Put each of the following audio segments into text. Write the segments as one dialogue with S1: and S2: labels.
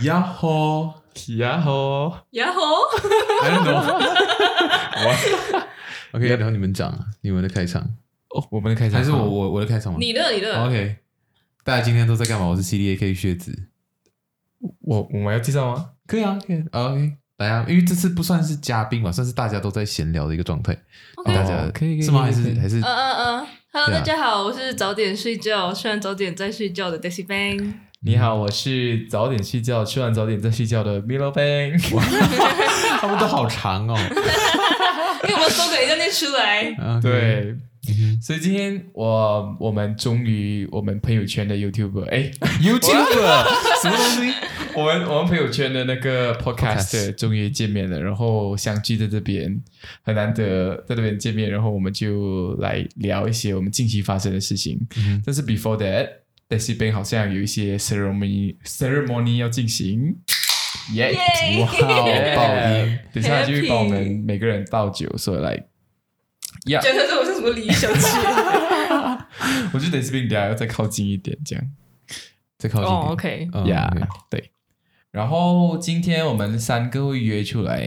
S1: Yahoo!
S2: Yahoo！
S3: 然后
S1: I don't know.
S2: 可以
S1: 要聊你们讲啊，你们的开场，
S2: 哦，我们的开场
S1: 还是我
S2: 好
S1: 我我的开场吗？
S3: 你的你的
S1: OK，大家今天都在干嘛？我是 CDAK 靴子，
S2: 我我们要介绍吗？
S1: 可以啊，可以啊，OK，来啊，因为这次不算是嘉宾嘛，算是大家都在闲聊的一个状态，
S3: OK
S1: 大家
S2: 哦可以可以
S1: 是吗？
S2: 可
S1: 还
S2: 以可以
S1: 是还是
S3: 嗯嗯嗯，Hello，
S1: 对啊
S3: 大家好，我是早点睡觉，虽然早点在睡觉的 Daisy Bang。
S2: 你好，我是早点睡觉，吃完早点再睡觉的 Milo Bang。
S1: 他们都好长哦，
S3: 因为我们搜给人家念出来。
S1: 啊，
S2: 对，
S1: 嗯
S2: 所以今天我我们终于我们朋友圈的 YouTuber，哎，
S1: ，YouTube 什么东西？
S2: 我们我们朋友圈的那个 Podcast
S1: Podcast
S2: 终于见面了，然后相聚在这边，很难得在这边见面，然后我们就来聊一些我们近期发生的事情。
S1: 嗯
S2: 但是 before that。但是 Ben 好像有一些 ceremony ceremony 要进行，耶、
S3: 耶
S1: 哇哦，爆音，
S2: 等一下就
S3: Happy
S2: 会帮我们每个人倒酒，所以来呀
S3: 讲的是我像什么礼仪小姐？
S2: 我觉得等士兵等一下要再靠近一点，这样
S1: 再靠近一
S3: 哦
S1: 点
S3: ，OK，
S1: 嗯
S2: 呀
S1: OK
S2: 对。然后今天我们三个会约出来，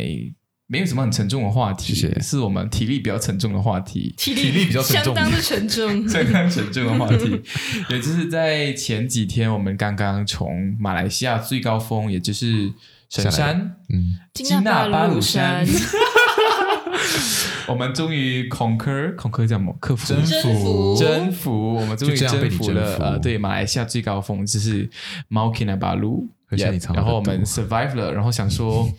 S2: 没有什么很沉重的话题，
S1: 谢谢
S2: 是我们体力比较沉重的话题，
S3: 体
S1: 体力比较沉
S3: 相
S1: 重
S3: 当的沉 重。
S2: 相当沉重的话题， 也就是在前几天我们刚刚从马来西亚最高峰，也就是神
S1: 下来
S2: 山
S1: 嗯，
S2: 金纳巴鲁山
S3: 金纳巴鲁
S2: 我们终于 conquer conquer 叫什么？克服
S1: 征
S3: 征服
S1: 服，
S2: 征服，我们终于
S1: 哦就这样被
S2: 征
S1: 你
S2: 服
S1: 征
S2: 了
S1: 服
S2: 呃，对，马来西亚最高峰就是 Mount Kinabalu，
S1: 而且你藏
S2: Yeah，
S1: 得
S2: 然后我
S1: 多
S2: 们 survive 了，然后想说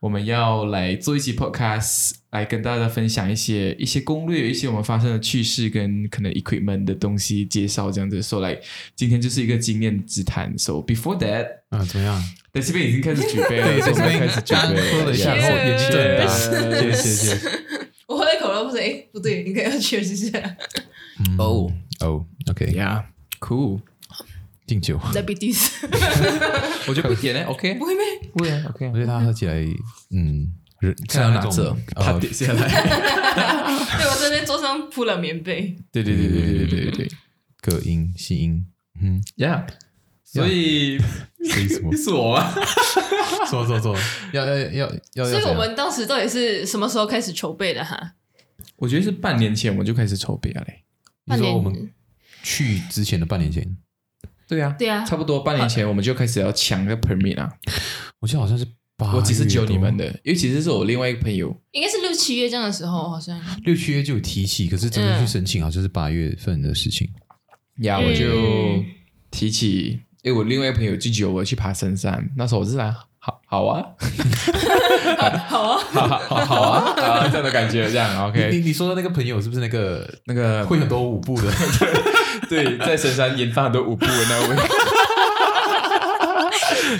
S2: 我们要来做一期 podcast 来跟大家分享一些一些攻略，一些我们发生的趣事跟可能 equipment 的东西介绍，这样子说来，今天就是一个经验之谈。So before that，
S1: 啊，怎么样？
S2: 但这边已经开始举杯了，
S1: 对
S2: 所以我们
S1: 这边
S2: 开始举
S1: 刚
S2: 杯
S1: 喝了一下
S3: 然后眼睛就很
S1: 大
S2: 谢谢谢。
S3: 我喝了一口然后发现，哎，不对，应该要 cheers 一下。
S2: 哦
S1: 哦，OK，
S2: ，Yeah，cool，
S1: 敬酒，
S3: That be this，
S2: 我觉得不甜呢，OK，
S3: 不会咩？
S2: 不甜，OK
S1: 我觉得他喝起来，嗯，人
S2: 看到哪
S1: 那
S2: 这
S1: 种，
S2: 啪
S1: 呃
S2: 跌下来。
S3: 对我在那桌上铺了棉被。
S2: 对对对对对对对
S1: 隔音、吸音，嗯，
S2: ，Yeah。所以？
S1: 所以什么
S2: 是我吗？
S1: 什么什么什么？要要要要哦要
S3: 所
S1: 怎
S3: 以我
S1: 样？
S3: 们当时到底是什么时候开始筹备的哈？
S2: 我觉得是半年前我就开始筹备了嘞。
S1: 你
S3: 半
S1: 说
S3: 年
S1: 我们去之前的半年前，
S2: 对啊，
S3: 对啊
S2: 差不多半年前我们就开始要抢个 permit 啊。
S1: 我记得好像是八，
S2: 我只是揪你们，的，因为其实是我另外一个朋友，
S3: 应该是六七月这样的时候，好像。
S1: 六七月就有提起，可是真的
S3: 嗯
S1: 去申请好像是八月份的事情。
S2: 呀，我就
S3: 嗯
S2: 提起，哎，我另外一个朋友拒绝我去爬深山，那时候我是来，好好啊，
S3: 好啊，
S2: 好好好啊，啊这样的感觉，这样
S1: 你
S2: OK。
S1: 你你说的那个朋友是不是那个
S2: 那个
S1: 会很多舞步的？
S2: 对，在深山研发很多舞步的那位，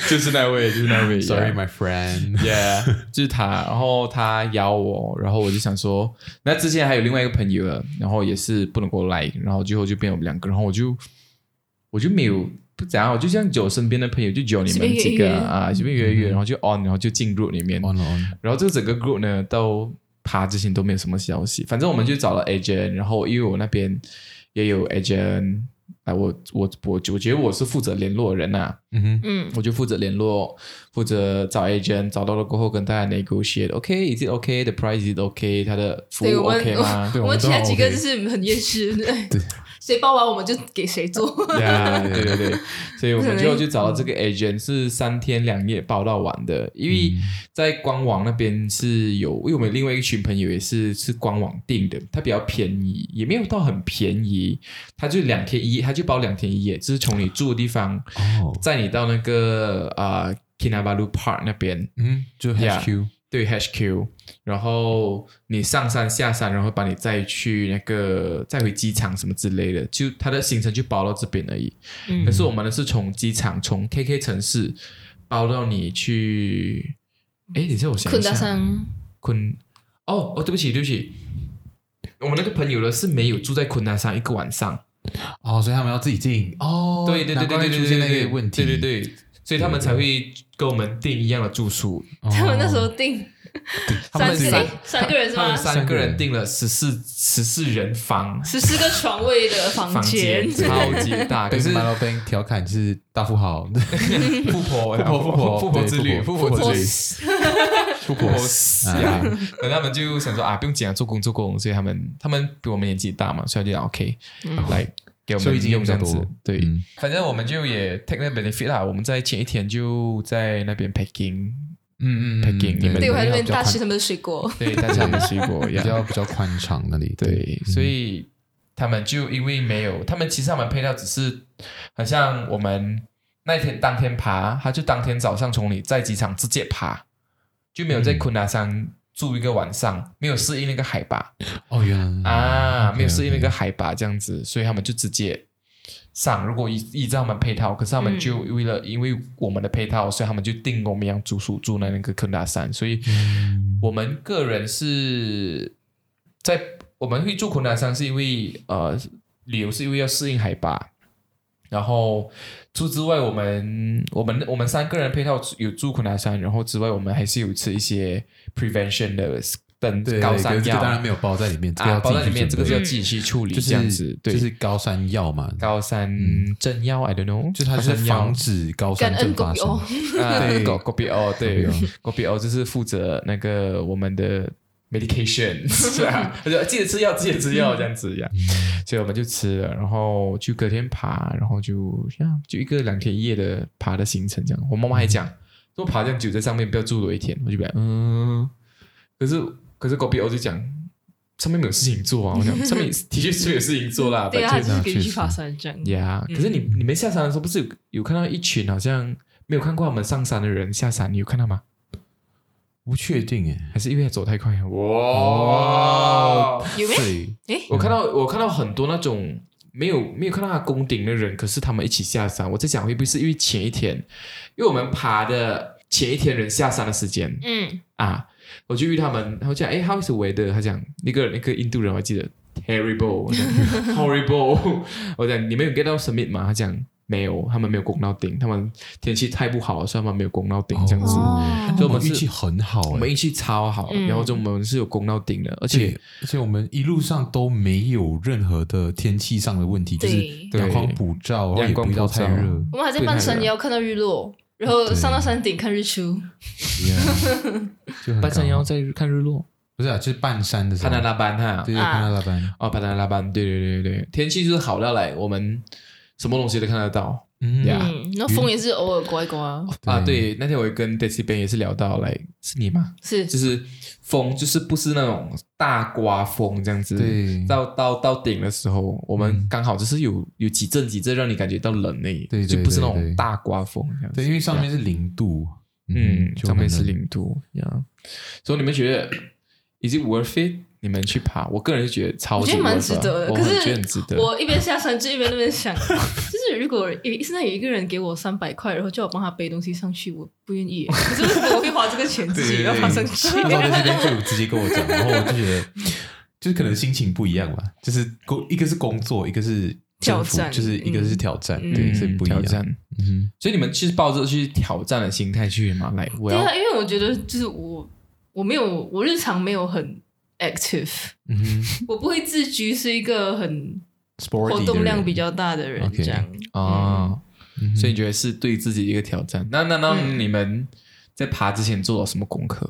S2: 就是那位，就是那位。
S1: Sorry, my friend。
S2: yeah，就是 他。然后他邀我，然后我就想说，那之前还有另外一个朋友了，然后也是不能够来，然后最后就变我们两个，然后我就我就没有不怎样，我就像揪身边的朋友，就揪你
S3: 随
S2: 们
S3: 便
S2: 几
S3: 约
S2: 个
S3: 约
S2: 啊，随便约一约，然后就 on，然后就进入里面。
S1: On on，
S2: 然后这个整个 group 呢，到爬之前都没有什么消息。反正我们就找了 agent，然后因为我那边也有 agent，啊，我我我我觉得我是负责联络人呐、啊，
S1: 嗯哼，
S3: 嗯，
S2: 我就负责联络，负责找 agent，找到了过后跟大家 negotiate，OK，is、it OK，the、price is OK，他的服
S3: 对
S2: 务
S3: 我们
S2: OK 吗？
S1: 对
S3: 我
S1: 我
S3: 们
S1: 们
S3: 其
S1: 都
S3: 他
S1: 很
S3: 几个
S1: OK
S3: 就是很厌世，
S1: 对，
S3: 谁包完我们就给谁做。
S2: 呀，对对对，所以我们
S3: 不可
S2: 就
S3: 能
S2: 就找到这个 agent 是三天两夜包到晚的，因为在官网那边是有，因为我们另外一群朋友也是是官网订的，它比较便宜，也没有到很便宜，它就两天一夜，它就包两天一夜，就是从你住的地方，
S1: 哦，
S2: 在你到那个啊呃 Kinabalu Park 那边，
S1: 嗯，就
S2: Yeah
S1: HQ
S2: 对 HQ，然后你上山下山，然后把你再去那个再回机场什么之类的，就它的行程就包到这边而已。
S4: 嗯
S2: 可是我们呢是从机场从 KK 城市包到你去，哎，你下我想
S4: 困
S2: 一
S4: 大
S2: 下，
S4: 山，
S2: 昆哦哦，对不起对不起，我们那个朋友呢是没有住在昆达山一个晚上。
S1: 哦，所以他们要自己进哦，
S2: 对对对
S1: 难
S2: 对
S1: 怪
S2: 对对，
S1: 会出现
S2: 对
S1: 那
S2: 对
S1: 个问题，
S2: 对对对，所以他们才会跟我们订一样的住宿，
S1: 哦，
S3: 他们那时候定
S1: 他
S3: 三
S1: 们自己
S3: 个人，三个人是
S2: 他
S3: 吗
S2: 们？三个人订了十四十四人房
S3: 十四个床位的
S2: 房
S3: 房
S2: 间， 超级大，可
S1: 被
S2: 是
S1: 马老兵调侃是大富豪，
S2: 富婆
S1: 富婆
S2: 富婆
S1: 对
S2: 之旅，
S1: 富
S2: 富
S1: 婆
S2: 婆之旅。富
S1: 出国
S2: 婆死
S1: 哎
S2: 啊！可他们就想说啊，不用讲，做工做工，所以他们他们比我们年纪大嘛，所以他就讲 OK，来
S3: 嗯
S2: 给我
S1: 所以已
S2: 们
S1: 经
S2: 用这样
S1: 比较
S2: 子
S1: 多。
S2: 对
S1: 嗯，
S2: 反正我们就也 take 那 benefit 啦。我们在前一天就在那边 packing，
S1: 嗯嗯嗯，
S2: Peking，你们
S3: 对，我还在那边
S1: 比较
S3: 大
S1: 宽
S3: 吃他们的水果。
S2: 对，但是他们水果
S1: 比
S2: 呀，
S1: 较比较宽敞那里，
S2: 对，嗯所
S1: 以
S2: 以他们就因为没有，他们其实他们配料只是，好像我们那天当天爬，他就当天早上从你在机场直接爬，就没有在昆达山住一个晚上，没有适应那个海拔
S1: 哦，原来
S2: 啊，
S1: OK，
S2: 没有适应那个
S1: OK
S2: 海拔这样子，所以他们就直接。上如果依依照他们配套，可是他们
S3: 嗯
S2: 就为了、因为我们的配套，所以他们就定跟我们一样住宿住在那个昆达山，所以
S1: 嗯
S2: 我们个人是在我们会住昆达山，是因为呃，理由是因为要适应海拔。然后除此之外，我们我们我们三个人配套有住昆达山，然后之外，我们还是有吃一些 prevention 的等
S1: 对
S2: 高
S1: 可
S2: 山
S1: 是这
S2: 药
S1: 个当然没有包在里面，这个
S2: 啊，
S1: 要
S2: 包在里面，这个
S1: 自
S2: 是
S1: 己去
S2: 要
S1: 准
S2: 自己去处理
S1: 备嗯
S2: 这样子
S1: 就是，
S2: 对，嗯
S1: 就是高山药嘛，
S2: 高山镇药，I don't know，
S1: 就它是
S2: 高山药
S1: 防止高
S3: 感
S1: 山
S3: 恩
S1: 症
S3: 狗
S1: 发
S3: 比
S1: 生
S3: 哦，
S2: 啊，
S1: 对
S2: 狗狗比欧，对
S1: 狗比，
S2: 狗比欧就是负责那个我们的 medication，是啊，他说记得吃药，记得吃药这样子呀，所以我们就吃了，然后就隔天爬，然后就这样，就一个两天一夜的爬的行程这样。我妈妈还讲，说爬这样久在上面不要住多一天，我就讲嗯，可是可是狗比欧就讲上面没有事情做啊，我讲上面的确是没有事情做啦，
S3: 对啊，
S2: 反
S3: 他
S2: 正
S3: 就是给你
S1: 确
S3: 去
S1: 实
S3: 爬山这样。
S2: 呀可是你你们下山的时候，不是有有看到一群好像没有看过我们上山的人下山，你有看到吗？
S1: 不确定哎，
S2: 还是因为他走太快啊了？哇
S1: 哇！
S3: 有没有？
S1: 对，
S3: 诶，
S2: 我看到我看到很多那种没有没有看到他攻顶的人，可是他们一起下山。我在想会不会是因为前一天，因为我们爬的前一天人下山的时间，
S3: 嗯，
S2: 啊，我就遇他们，然后讲，哎，How is the weather？他讲那个那个印度人，我还记得 terrible 我讲 horrible，我讲你们有 get 到 summit 吗？他讲没有，他们没有攻到顶，他们天气太不好了，所以他们没有攻到顶这样子。
S3: 哦
S2: 所以我
S1: 我
S2: 们
S1: 们
S2: 是
S1: 运气很好
S2: 我们
S1: 哎，
S2: 运气超好，
S3: 嗯
S2: 然后就我们是有攻到顶的，而
S1: 而
S2: 且
S1: 且而且我们一路上都没有任何的天气上的问题，就是
S3: 对
S1: 阳光普照，然后
S2: 阳
S1: 也
S2: 光
S1: 不到
S2: 普照
S1: 太热。
S3: 我们还在半山腰看到日落，然后上到山顶看日出。
S1: Yeah，就 很
S2: 半山
S1: 高
S2: 腰在看日落，
S1: 不是啊，就是半山的时
S2: 帕
S1: 候
S2: 达拉班哈，
S1: 对，
S3: 啊
S1: 潘达拉班，
S2: 哦，帕达拉班，对对对对，对天气就是好到来，我们什么东西都看得到，
S1: 嗯
S2: Yeah
S3: 嗯，然后风也是偶尔刮一刮，
S2: 啊，对，那天我跟 Daisy Ben 也是聊到，来是你吗？
S3: 是
S2: 就是风，就是不是那种大刮风这样子。，
S1: 对嗯
S2: 到到到顶的时候，我们刚好就是有有几阵几阵让你感觉到冷那，
S1: 对对
S2: 就不是那
S1: 对
S2: 种
S1: 对
S2: 大刮风这样子。
S1: 对，因为上面是零度，
S2: 嗯，
S1: 就
S2: 上面
S1: 很
S2: 是
S1: 冷，
S2: 零度呀。所以你们觉得 is it worth it？你们去爬，我个人是觉得超
S3: 我
S2: 级
S3: 觉得蛮值
S2: worth 啊
S3: 得的。
S2: 我
S3: 可
S2: 很觉得很值
S3: 是
S2: 得。
S3: 我一边下山就一边那边想，就是如果有现在有一个人给我三百块，然后叫我帮他背东西上去，我不愿 意。可是为什么我会花这个钱自己
S1: 对
S3: 要爬上去？
S1: 他到那边就直接跟我讲，然后我就觉得，就是可能心情不一样吧，就是工一个是工作，一个是
S3: 挑
S1: 征服
S3: 战
S1: 就是一个是挑战，
S3: 嗯
S1: 对，
S2: 嗯
S1: 所以不一
S2: 挑
S1: 样。
S2: 战，
S1: 嗯
S2: 所以你们是抱着去挑战的心态去嘛？来，我
S3: 对
S2: 要
S3: 啊，因为我觉得就是我我没有我日常没有很 active，
S1: 哼嗯哼
S3: 我不会自居是一个很
S1: ，sporty
S3: 活
S1: 的
S3: 动量
S1: 人
S3: 比，较大的人
S1: OK
S3: 这样。哦
S2: 啊。
S1: 嗯哼
S2: 所以你觉得是对自己一个挑战？那那那
S3: 嗯
S2: 你们在爬之前做了什么功课？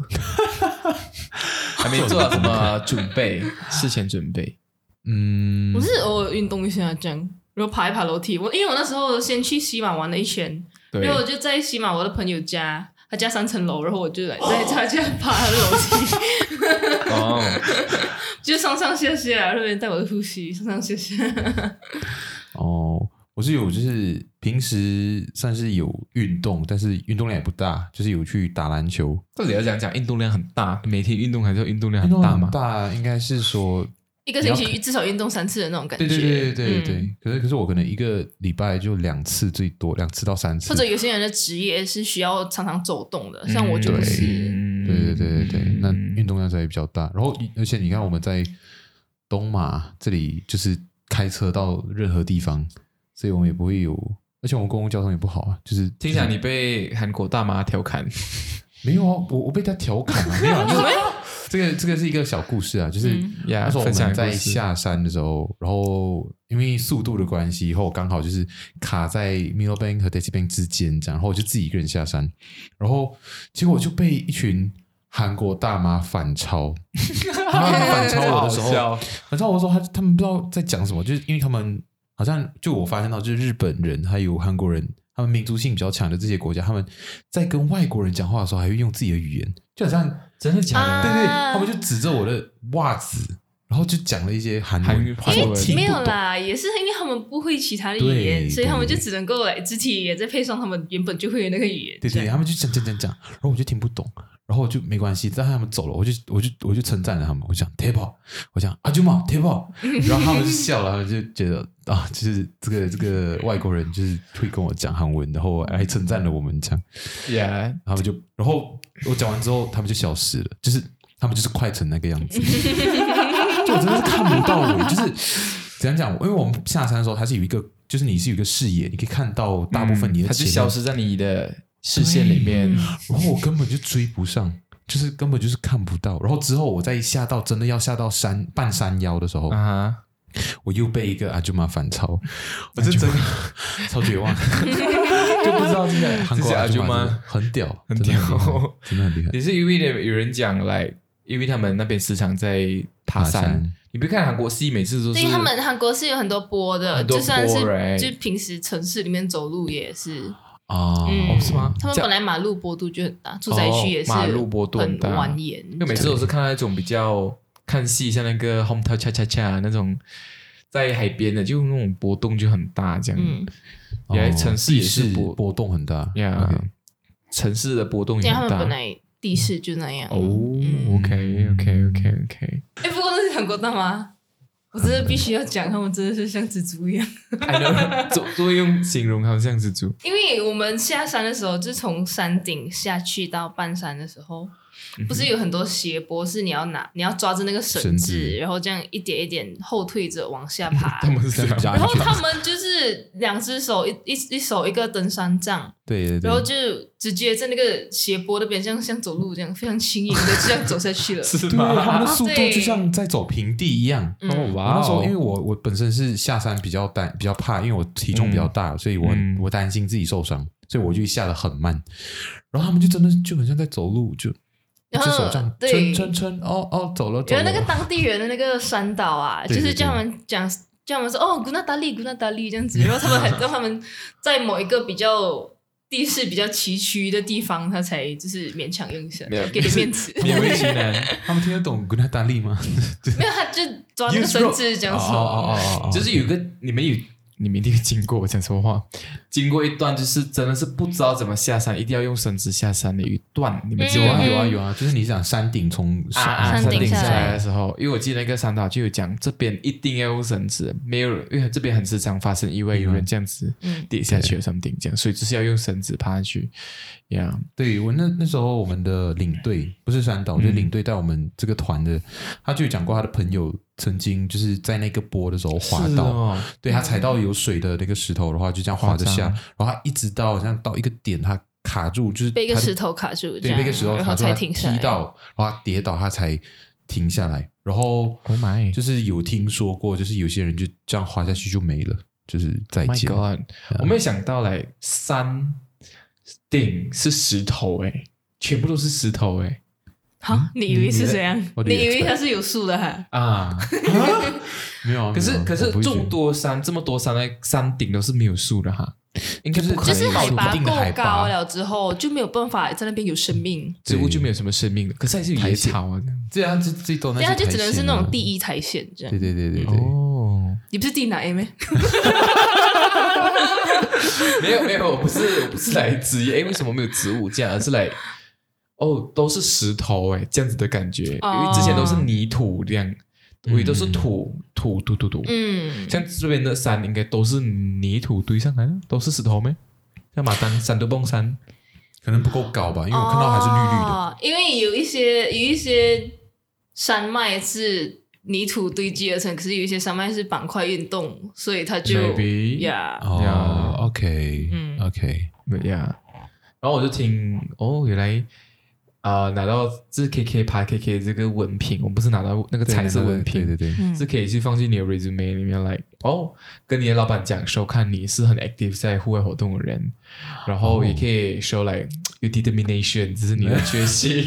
S2: 还没做了什么准备？ 事前准备？
S1: 嗯，
S3: 我是偶尔运动一下这样，然后爬一爬楼梯。我因为我那时候先去西马玩了一圈，
S2: 对
S3: 然，后我就在西马我的朋友家，他家三层楼，然后我就来在他家爬楼梯，
S2: 哦，
S3: 就上上下下，然后别人带我的呼吸上上下下。
S1: 哦，我是有就是平时算是有运动，但是运动量也不大，就是有去打篮球，
S2: 到底要讲讲运动量很大，每天运动还是要运动量很
S1: 运动
S2: 大
S1: 量
S2: 吗
S1: 很？大应该是说
S3: 一个星期至少运动三次的那种感觉。
S1: 对对对对对
S3: 嗯
S1: 对。可是可是我可能一个礼拜就两次最多，两次到三次。
S3: 或者有些人的职业是需要常常走动的，像我就不是。
S2: 嗯
S1: 对对对对对，那运
S2: 动
S1: 动量才会比较大。然后而且你看我们在东马这里，就是开车到任何地方，所以我们也不会有，而且我们公共交通也不好啊，就是
S2: 听起来你被韩国大妈调侃，
S1: 没有啊，我我被他调侃啊，没有啊， 因为这个这个是一个小故事啊，就是
S3: 嗯
S2: 呀
S1: 那时候我
S2: 分享
S1: 们
S2: 一个
S1: 在
S2: 故事
S1: 下山的时候，然后因为速度的关系，然后我刚好就是卡在 Milo Bank 和 Daisy Bank 之间，这样，然后我就自己一个人下山，然后结果就被一群韩国大妈反 超，然后他们反超我的时候，
S2: 好笑
S1: 反正我说他他们不知道在讲什么，就是因为他们好像就我发现到，就是日本人还有韩国人，他们民族性比较强的这些国家，他们在跟外国人讲话的时候，还会用自己的语言，就好像
S2: 真的假
S3: 啊
S2: 的？
S1: 对对，他们就指着我的袜子，然后就讲了一些韩
S2: 韩
S1: 文，
S2: 韩
S1: 我
S2: 文
S1: 听
S3: 没
S1: 不
S3: 有
S1: 懂。
S3: 啦，也是因为他们不会其他的语
S1: 对
S3: 言，所以他们
S1: 对
S3: 就只能够来肢体语言，再配上他们原本就会的那个语言。
S1: 对对，他们就讲讲讲讲，然后我就听不懂，然后我就没关系，但他们走了，我就我就我就称赞了他们，我讲 table，我 讲啊阿舅妈 table，然后他们就笑了，他们就觉得啊，就是这个这个外国人就是会跟我讲韩文，然后还称赞了我们这样，
S2: 呀，
S1: 他们就然后我讲完之后，他们就消失了，就是他们就是快成那个样子，就我真的是看不到我，就是怎样讲，因为我们下山的时候，它是有一个，就是你是有一个视野，你可以看到大部分你的
S2: 嗯它
S1: 前
S2: 就
S1: 面
S2: 消失在你的视线里面
S3: 嗯，
S1: 然后我根本就追不上，就是根本就是看不到。然后之后我再下到真的要下到山半山腰的时候，
S2: 啊哈。
S1: 我又被一个阿舅妈反超，我是真的超绝 望，就不知道这个韩
S2: 这
S1: 国
S2: 些阿舅妈
S1: 真的很屌，
S2: 很
S1: 真的厉害
S2: 屌
S1: 真的很厉害。
S2: 也是因为的有人讲来，因为他们那边时常在爬山，
S1: 爬山
S2: 你别看韩国戏每次都是
S3: 对他们韩国是有很多坡的，
S2: 很多
S3: 就
S2: 坡
S3: 算是
S2: right
S3: 就平时城市里面走路也是，
S1: 啊，
S3: 嗯
S2: 哦是吗？
S3: 他们
S2: 这
S3: 本
S2: 样哦
S3: 来马路坡度就很大，住宅区也是
S2: 马路坡度很
S3: 很
S2: 大
S3: 蜿蜒。
S2: 因为每次都是看那种比较看戏，像那个《Home Town 恰恰恰》那种。在海边的，就那种波动就很大，这样。
S3: 嗯，
S1: 哦
S2: 原来城市也
S1: 地
S2: 是波
S1: 波动很大
S2: 呀
S1: OK
S2: 城市的波动
S3: 对
S2: 也
S3: 他们
S2: 很大
S3: 本。来地势就那样。
S2: 哦
S3: 嗯
S2: ，OK，OK，OK，OK。
S3: 哎，不过那是韩国大妈，我真的必须要讲，他们真的是像蜘蛛一样。
S2: I know，作作用形容好像是猪。
S3: 因为我们下山的时候，就是从山顶下去到半山的时
S2: 嗯
S3: 候，不是有很多斜坡，是你要拿，你要抓着那个绳
S1: 绳
S3: 子，
S1: 子
S3: 然后这样一点一点后退着往下爬。
S2: 他们 是啊
S1: 这样比较安
S3: 然后
S1: 全。
S3: 他们就是两只手一一一手一个登山杖，
S1: 对对对
S3: 然后，就直接在那个斜坡那边，像像走路这样非常轻盈的就这样走下去了。
S2: 是
S1: 对他们的
S2: 吗？
S1: 速度
S3: 对
S1: 就像在走平地一样。
S3: 嗯
S2: 啊哦
S1: 我那时
S2: 哦
S1: 候因为我我本身是下山比较担比较怕，因为我体重比较大，所以我
S2: 嗯
S1: 我担心自己受伤，所以我就下得很慢。然后他们就真的就很像在走路，就一
S3: 然
S1: 只
S3: 后
S1: 手这样
S3: 对
S1: 撑撑撑，哦哦，走了走
S3: 然
S1: 了。
S3: 后那个当地人的那个山岛啊，
S1: 对
S3: 就是
S1: 对对
S3: 叫他们讲，叫他们说哦，古纳达利，古纳达利这样 子。然后他们很，让他们在某一个比较地势比较崎岖的地方，他才就是勉强用一下
S2: 没有，
S3: 给点面子。
S2: 勉为其难。
S1: 他们听得懂 Good n i g 大力吗？
S3: 没有，他就抓那个
S2: Use
S3: 绳子这
S1: 哦
S3: 样
S1: 哦
S3: 说。
S1: 哦哦，
S2: 就是有一个你们有，你们一定会经过我讲什么话，经过一段就是真的是不知道怎么下山，一定要用绳子下山的一段，你们记
S1: 有
S2: 得吗
S1: 啊
S3: 嗯
S1: 有啊有啊，就是你想山顶从
S2: 啊啊！
S3: 山
S2: 山
S3: 顶
S2: 顶
S3: 下
S2: 下
S3: 来
S2: 来的时候，因为我记得那个山岛就有讲，这边一定要用绳子，没有人，因为这边很时常发生意外，有人这样子
S3: 嗯
S2: 跌下去 or something 这样，所以就是要用绳子爬下去。呀、
S1: 对我那那时候我们的领队不是山岛，就
S2: 嗯
S1: 领队带我们这个团的，他就有讲过他的朋友曾经就是在那个坡的时
S2: yeah,，
S1: 候滑倒，
S2: ，Oh
S1: 对他踩到有水的那个石头的话，就这样滑着下
S2: 哦夸张，
S1: 然后他一直到好像到一个点，他卡住，就是
S3: 被一个
S1: 他的
S3: 石头卡住这
S1: 对，
S3: 样
S1: 被一个石头
S3: 然后
S1: 卡住，
S3: 才
S1: 他
S3: 停
S1: 踢
S3: 下来
S1: 到，然后他跌倒，他才停下来。然后
S2: Oh my
S1: 就是有听说过，就是有些人就这样滑下去就没了，就是再
S2: Oh My
S1: 见。
S2: God！我没有想到嘞，山顶是石头哎、全部都是石头哎、
S3: 哈，你以为是这样？
S1: What do
S3: 你
S1: you
S3: 以为它是有树的哈？
S2: 啊！
S1: 没有啊，
S2: 可
S1: 没
S2: 是
S1: 有啊
S2: 可
S1: 我
S2: 是
S1: 不会觉得
S2: 众多山这么多山在山顶都是没有树的哈，应该不
S3: 就
S2: 可能
S3: 是海拔
S1: 一定的海
S3: 够
S1: 拔
S3: 高了之后，就没有办法在那边有生命，
S2: 植物就没有什么生命了，可是还是有野草啊这样。
S1: 这样最最多那
S3: 对
S1: 些
S3: 啊，就只能是那种
S1: 苔藓啊
S3: 第一苔藓这样
S1: 对。对对对对，
S2: 哦，
S3: 你不是地奶咩？
S2: 没有没有，我不是我不是来质疑，哎，为什么没有植物这样，而是来哦，都是石头哎，这样子的感觉，
S3: 哦
S2: 因为之前都是泥土这样，
S5: 嗯
S2: 因为都是土土土土土，
S3: 嗯，
S2: 像这边的山应该都是泥土堆上来的，都是石头咩？像马丹山都蹦山，
S1: 可能不够高吧，因为我看到还是绿绿的。
S3: 哦因为有一些有一些山脉是泥土堆积而成，可是有一些山脉是板块运动，所以它就
S2: Maybe
S3: 呀
S1: 哦
S2: 呀
S3: 嗯
S1: ，OK，OK，
S2: 对呀。然后我就听哦，原来啊、呃拿到这是 KK 爬 KK 这个文凭，我不是拿到那个彩色文凭，
S1: 对对对，
S3: 嗯
S2: 是可以去放进你的 resume 里面来哦，跟你的老板讲说，看你是很 active 在户外活动的人，然后
S1: 哦
S2: 也可以说来 your determination，这是你的决心。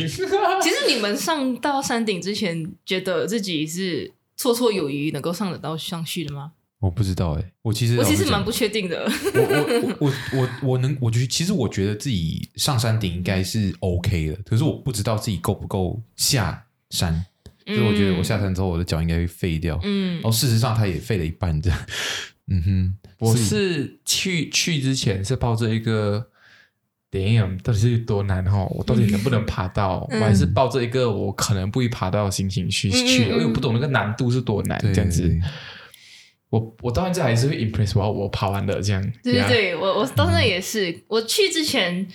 S3: 其实你们上到山顶之前，觉得自己是绰绰有余，能够上得到上去的吗？
S1: 我不知道哎，我其实
S3: 我其实
S1: 老实讲
S3: 蛮不确定的。
S1: 我我我我我我能，我觉得其实我觉得自己上山顶应该是 OK 的，可是我不知道自己够不够下山，所以我哦觉得我下山之后我的脚应该会废掉。
S3: 嗯
S1: 然后事实上它也废了一半这样。 嗯哼，
S2: 我是去去之前是抱着一个 damn 到底是有多难哈、我到底能不能爬到？
S3: 嗯
S2: 我还是抱着一个我可能不会爬到的心情去
S3: 嗯嗯
S2: 去，
S3: 嗯
S2: 因为我不懂那个难度是多难
S1: 对
S2: 这样子。
S1: 对对
S2: 我我到现在还是会 impress 我我爬完了 这样。
S3: 对对
S2: yeah
S3: 对，我我到
S1: 嗯
S3: 那也是，我去之前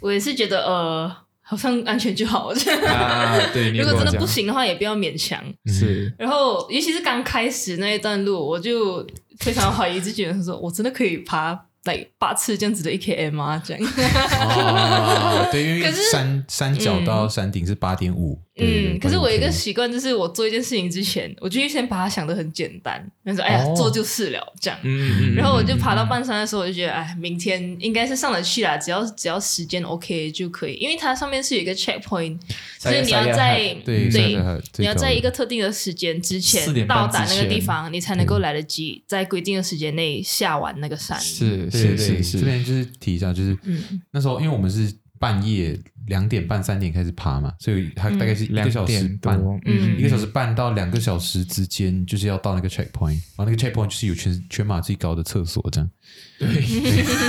S3: 我也是觉得呃，好像安全就好。
S2: 啊，对，你
S3: 如
S2: 有
S3: 果
S2: 跟我
S3: 真的
S2: 讲
S3: 不行的话，也不要嗯勉强。
S2: 是。
S3: 然后，尤其是刚开始那一段路，我就非常怀疑自己，人说我真的可以爬来八次这样子的一 km 吗？这样，
S1: 哦，对，因
S3: 可
S1: 为
S3: 是嗯
S1: 山山脚到山顶是八点五。对
S3: 嗯。可是我有一，
S1: 8.5
S3: 个
S1: K
S3: 习惯，就是我做一件事情之前，我就会先把它想的很简单，然后说哎呀
S2: 哦
S3: 做就是了这样。
S2: 嗯
S3: 然后我就爬到半山的时候，我就觉得，哎，明天应该是上得去啦，只要只要时间 OK 就可以，因为它上面是有一个 checkpoint，就是你要在
S1: 对
S3: 对
S1: 山脚还
S3: 你
S1: 最
S3: 要
S1: 高
S3: 在一
S1: 的
S3: 个特定的时间之
S2: 4
S3: 前
S2: 点
S3: 到
S2: 半
S3: 达
S2: 之
S3: 那个地
S2: 前
S3: 方，你才能够来得及在规定的时间内下完那个山。
S2: 是
S1: 对
S2: 是
S1: 对对，
S2: 是
S1: 这
S2: 是，
S1: 边就是提一下，就是
S3: 嗯
S1: 那时候因为我们是半夜两点半三点开始爬嘛，所以它大概是一个小时半，
S2: 嗯多，
S3: 嗯
S1: 一个小时半到两个小时之间，就是要到那个 checkpoint，然后那个 checkpoint 就是有全全马最高的厕所这样，
S2: 对，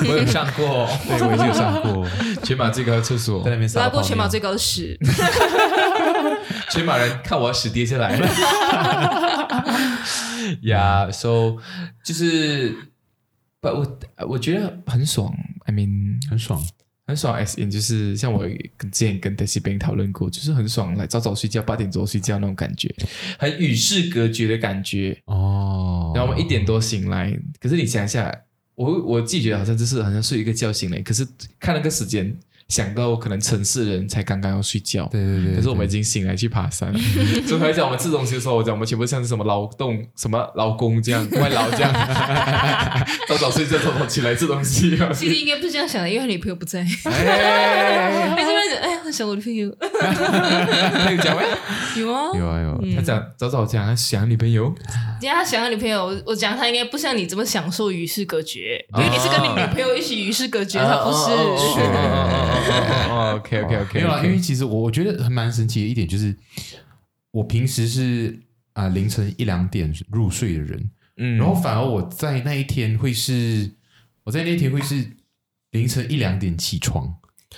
S2: 我有上 过，
S1: 对我也是有上过，
S2: 全马最高的厕所
S1: 在，那边撒
S3: 拉
S1: 了
S3: 过
S1: 泡
S3: 全马
S1: 面
S3: 最高的 十，
S2: 全马人看我要屎跌下来了。Yeah，so 就是，不，我我觉得很爽，I mean
S1: 很爽，
S2: 很爽，as in 就是像我跟之前跟 Daisy 边讨论过，就是很爽，来早早睡觉，八点钟睡觉那种感觉，很与世隔绝的感觉。
S1: 哦，
S2: 然后我们一点多醒来，可是你想一下，我我自己觉得好像就是好像睡一个觉醒来，可是看那个时间，想到可能城市人才刚刚要睡觉，
S1: 对对对，
S2: 可是我们已
S1: 对
S2: 经醒来去爬山。 所以来讲我们吃东西的时候，我讲我们全部像是什么劳动什么劳工这 样外劳这样，早早睡觉，早早起来吃东西。啊
S3: 其实应该不是这样想的，因为他女朋友不 在。
S2: 哎，
S3: 哎，这边人哎，我想我女朋友
S2: 他有讲喂，
S3: 有啊，
S1: 有啊有啊，
S3: 嗯
S2: 他讲早早讲他想女朋友，
S3: 人家想要女朋友，我我讲他应该不像你这么享受与世隔绝，因为你是跟你女朋友一起与世隔绝，他不是。
S2: OK OK OK，
S1: 哦没有啦，因为其实我我觉得还蛮神奇的一点就是，我平时是啊、凌晨一两点入睡的人，
S2: 嗯
S1: 然后反而我在那一天会是，我在那一天会是凌晨一两点起床，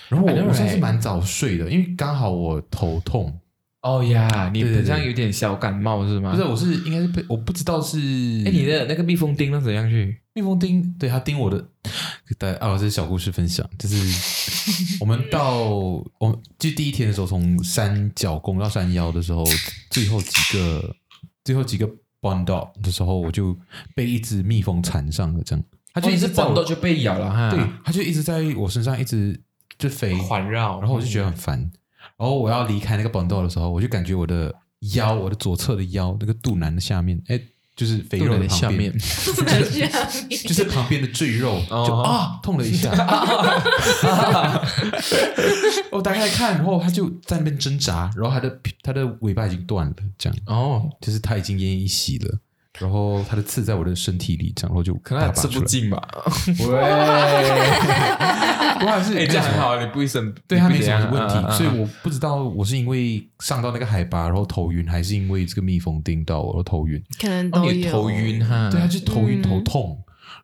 S1: 然后我
S2: I know,
S1: 我算是
S2: right?
S1: 蛮早睡的，因为刚好我头痛，
S2: 哦呀，你
S1: 对对
S2: 好
S1: 对
S2: 像有点小感冒是吗？
S1: 不是，我是应该是被我不知道是
S2: 哎，你的那个蜜蜂叮到怎样去？
S1: 蜜蜂叮，对它叮我的，大家啊，这是小故事分享，就是 我们到我们就第一天的时候，从山脚攻到山腰的时候，最后几个最后几个 bond dog 的时候，我就被一只蜜蜂缠上了，这样，它
S2: 他
S1: 就一直在我
S2: 到就被咬了哈，
S1: 对，它就一直在我身上一直就飞，
S2: 环绕，
S1: 然后我就觉得很烦。然后我要离开那个 bond dog 的时候，我就感觉我的腰，我的左侧的腰那个肚腩的下面，哎，就是
S2: 肥
S1: 肥肉
S2: 肉
S1: 的
S2: 的
S1: 旁
S2: 下
S1: 边
S2: 面，
S1: 就是旁边的赘肉，
S2: 哦
S1: 就啊痛了一下。 我打开来看，然后它就在那边挣扎，然后它的它的尾巴已经断了，这样
S2: 哦，
S1: 就是它已经奄奄一息了。然后它的刺在我的身体里，这样，然后就
S2: 可能他
S1: 把它
S2: 吃
S1: 拔出
S2: 不
S1: 来。
S2: 进吧。
S1: 不过还是
S2: 哎，这样很
S1: 好，
S2: 好，你不会生，
S1: 对它没什
S2: 你
S1: 嗯么问
S2: 不会怎样
S1: 题，所以
S2: 啊啊啊
S1: 我不知道我是因为上到那个海拔，然后头晕，还是因为这个蜜蜂叮到我，然后头晕。
S3: 可能
S5: 嗯
S2: 哦，你头晕哈，
S1: 对，它就头
S3: 嗯
S1: 晕头痛，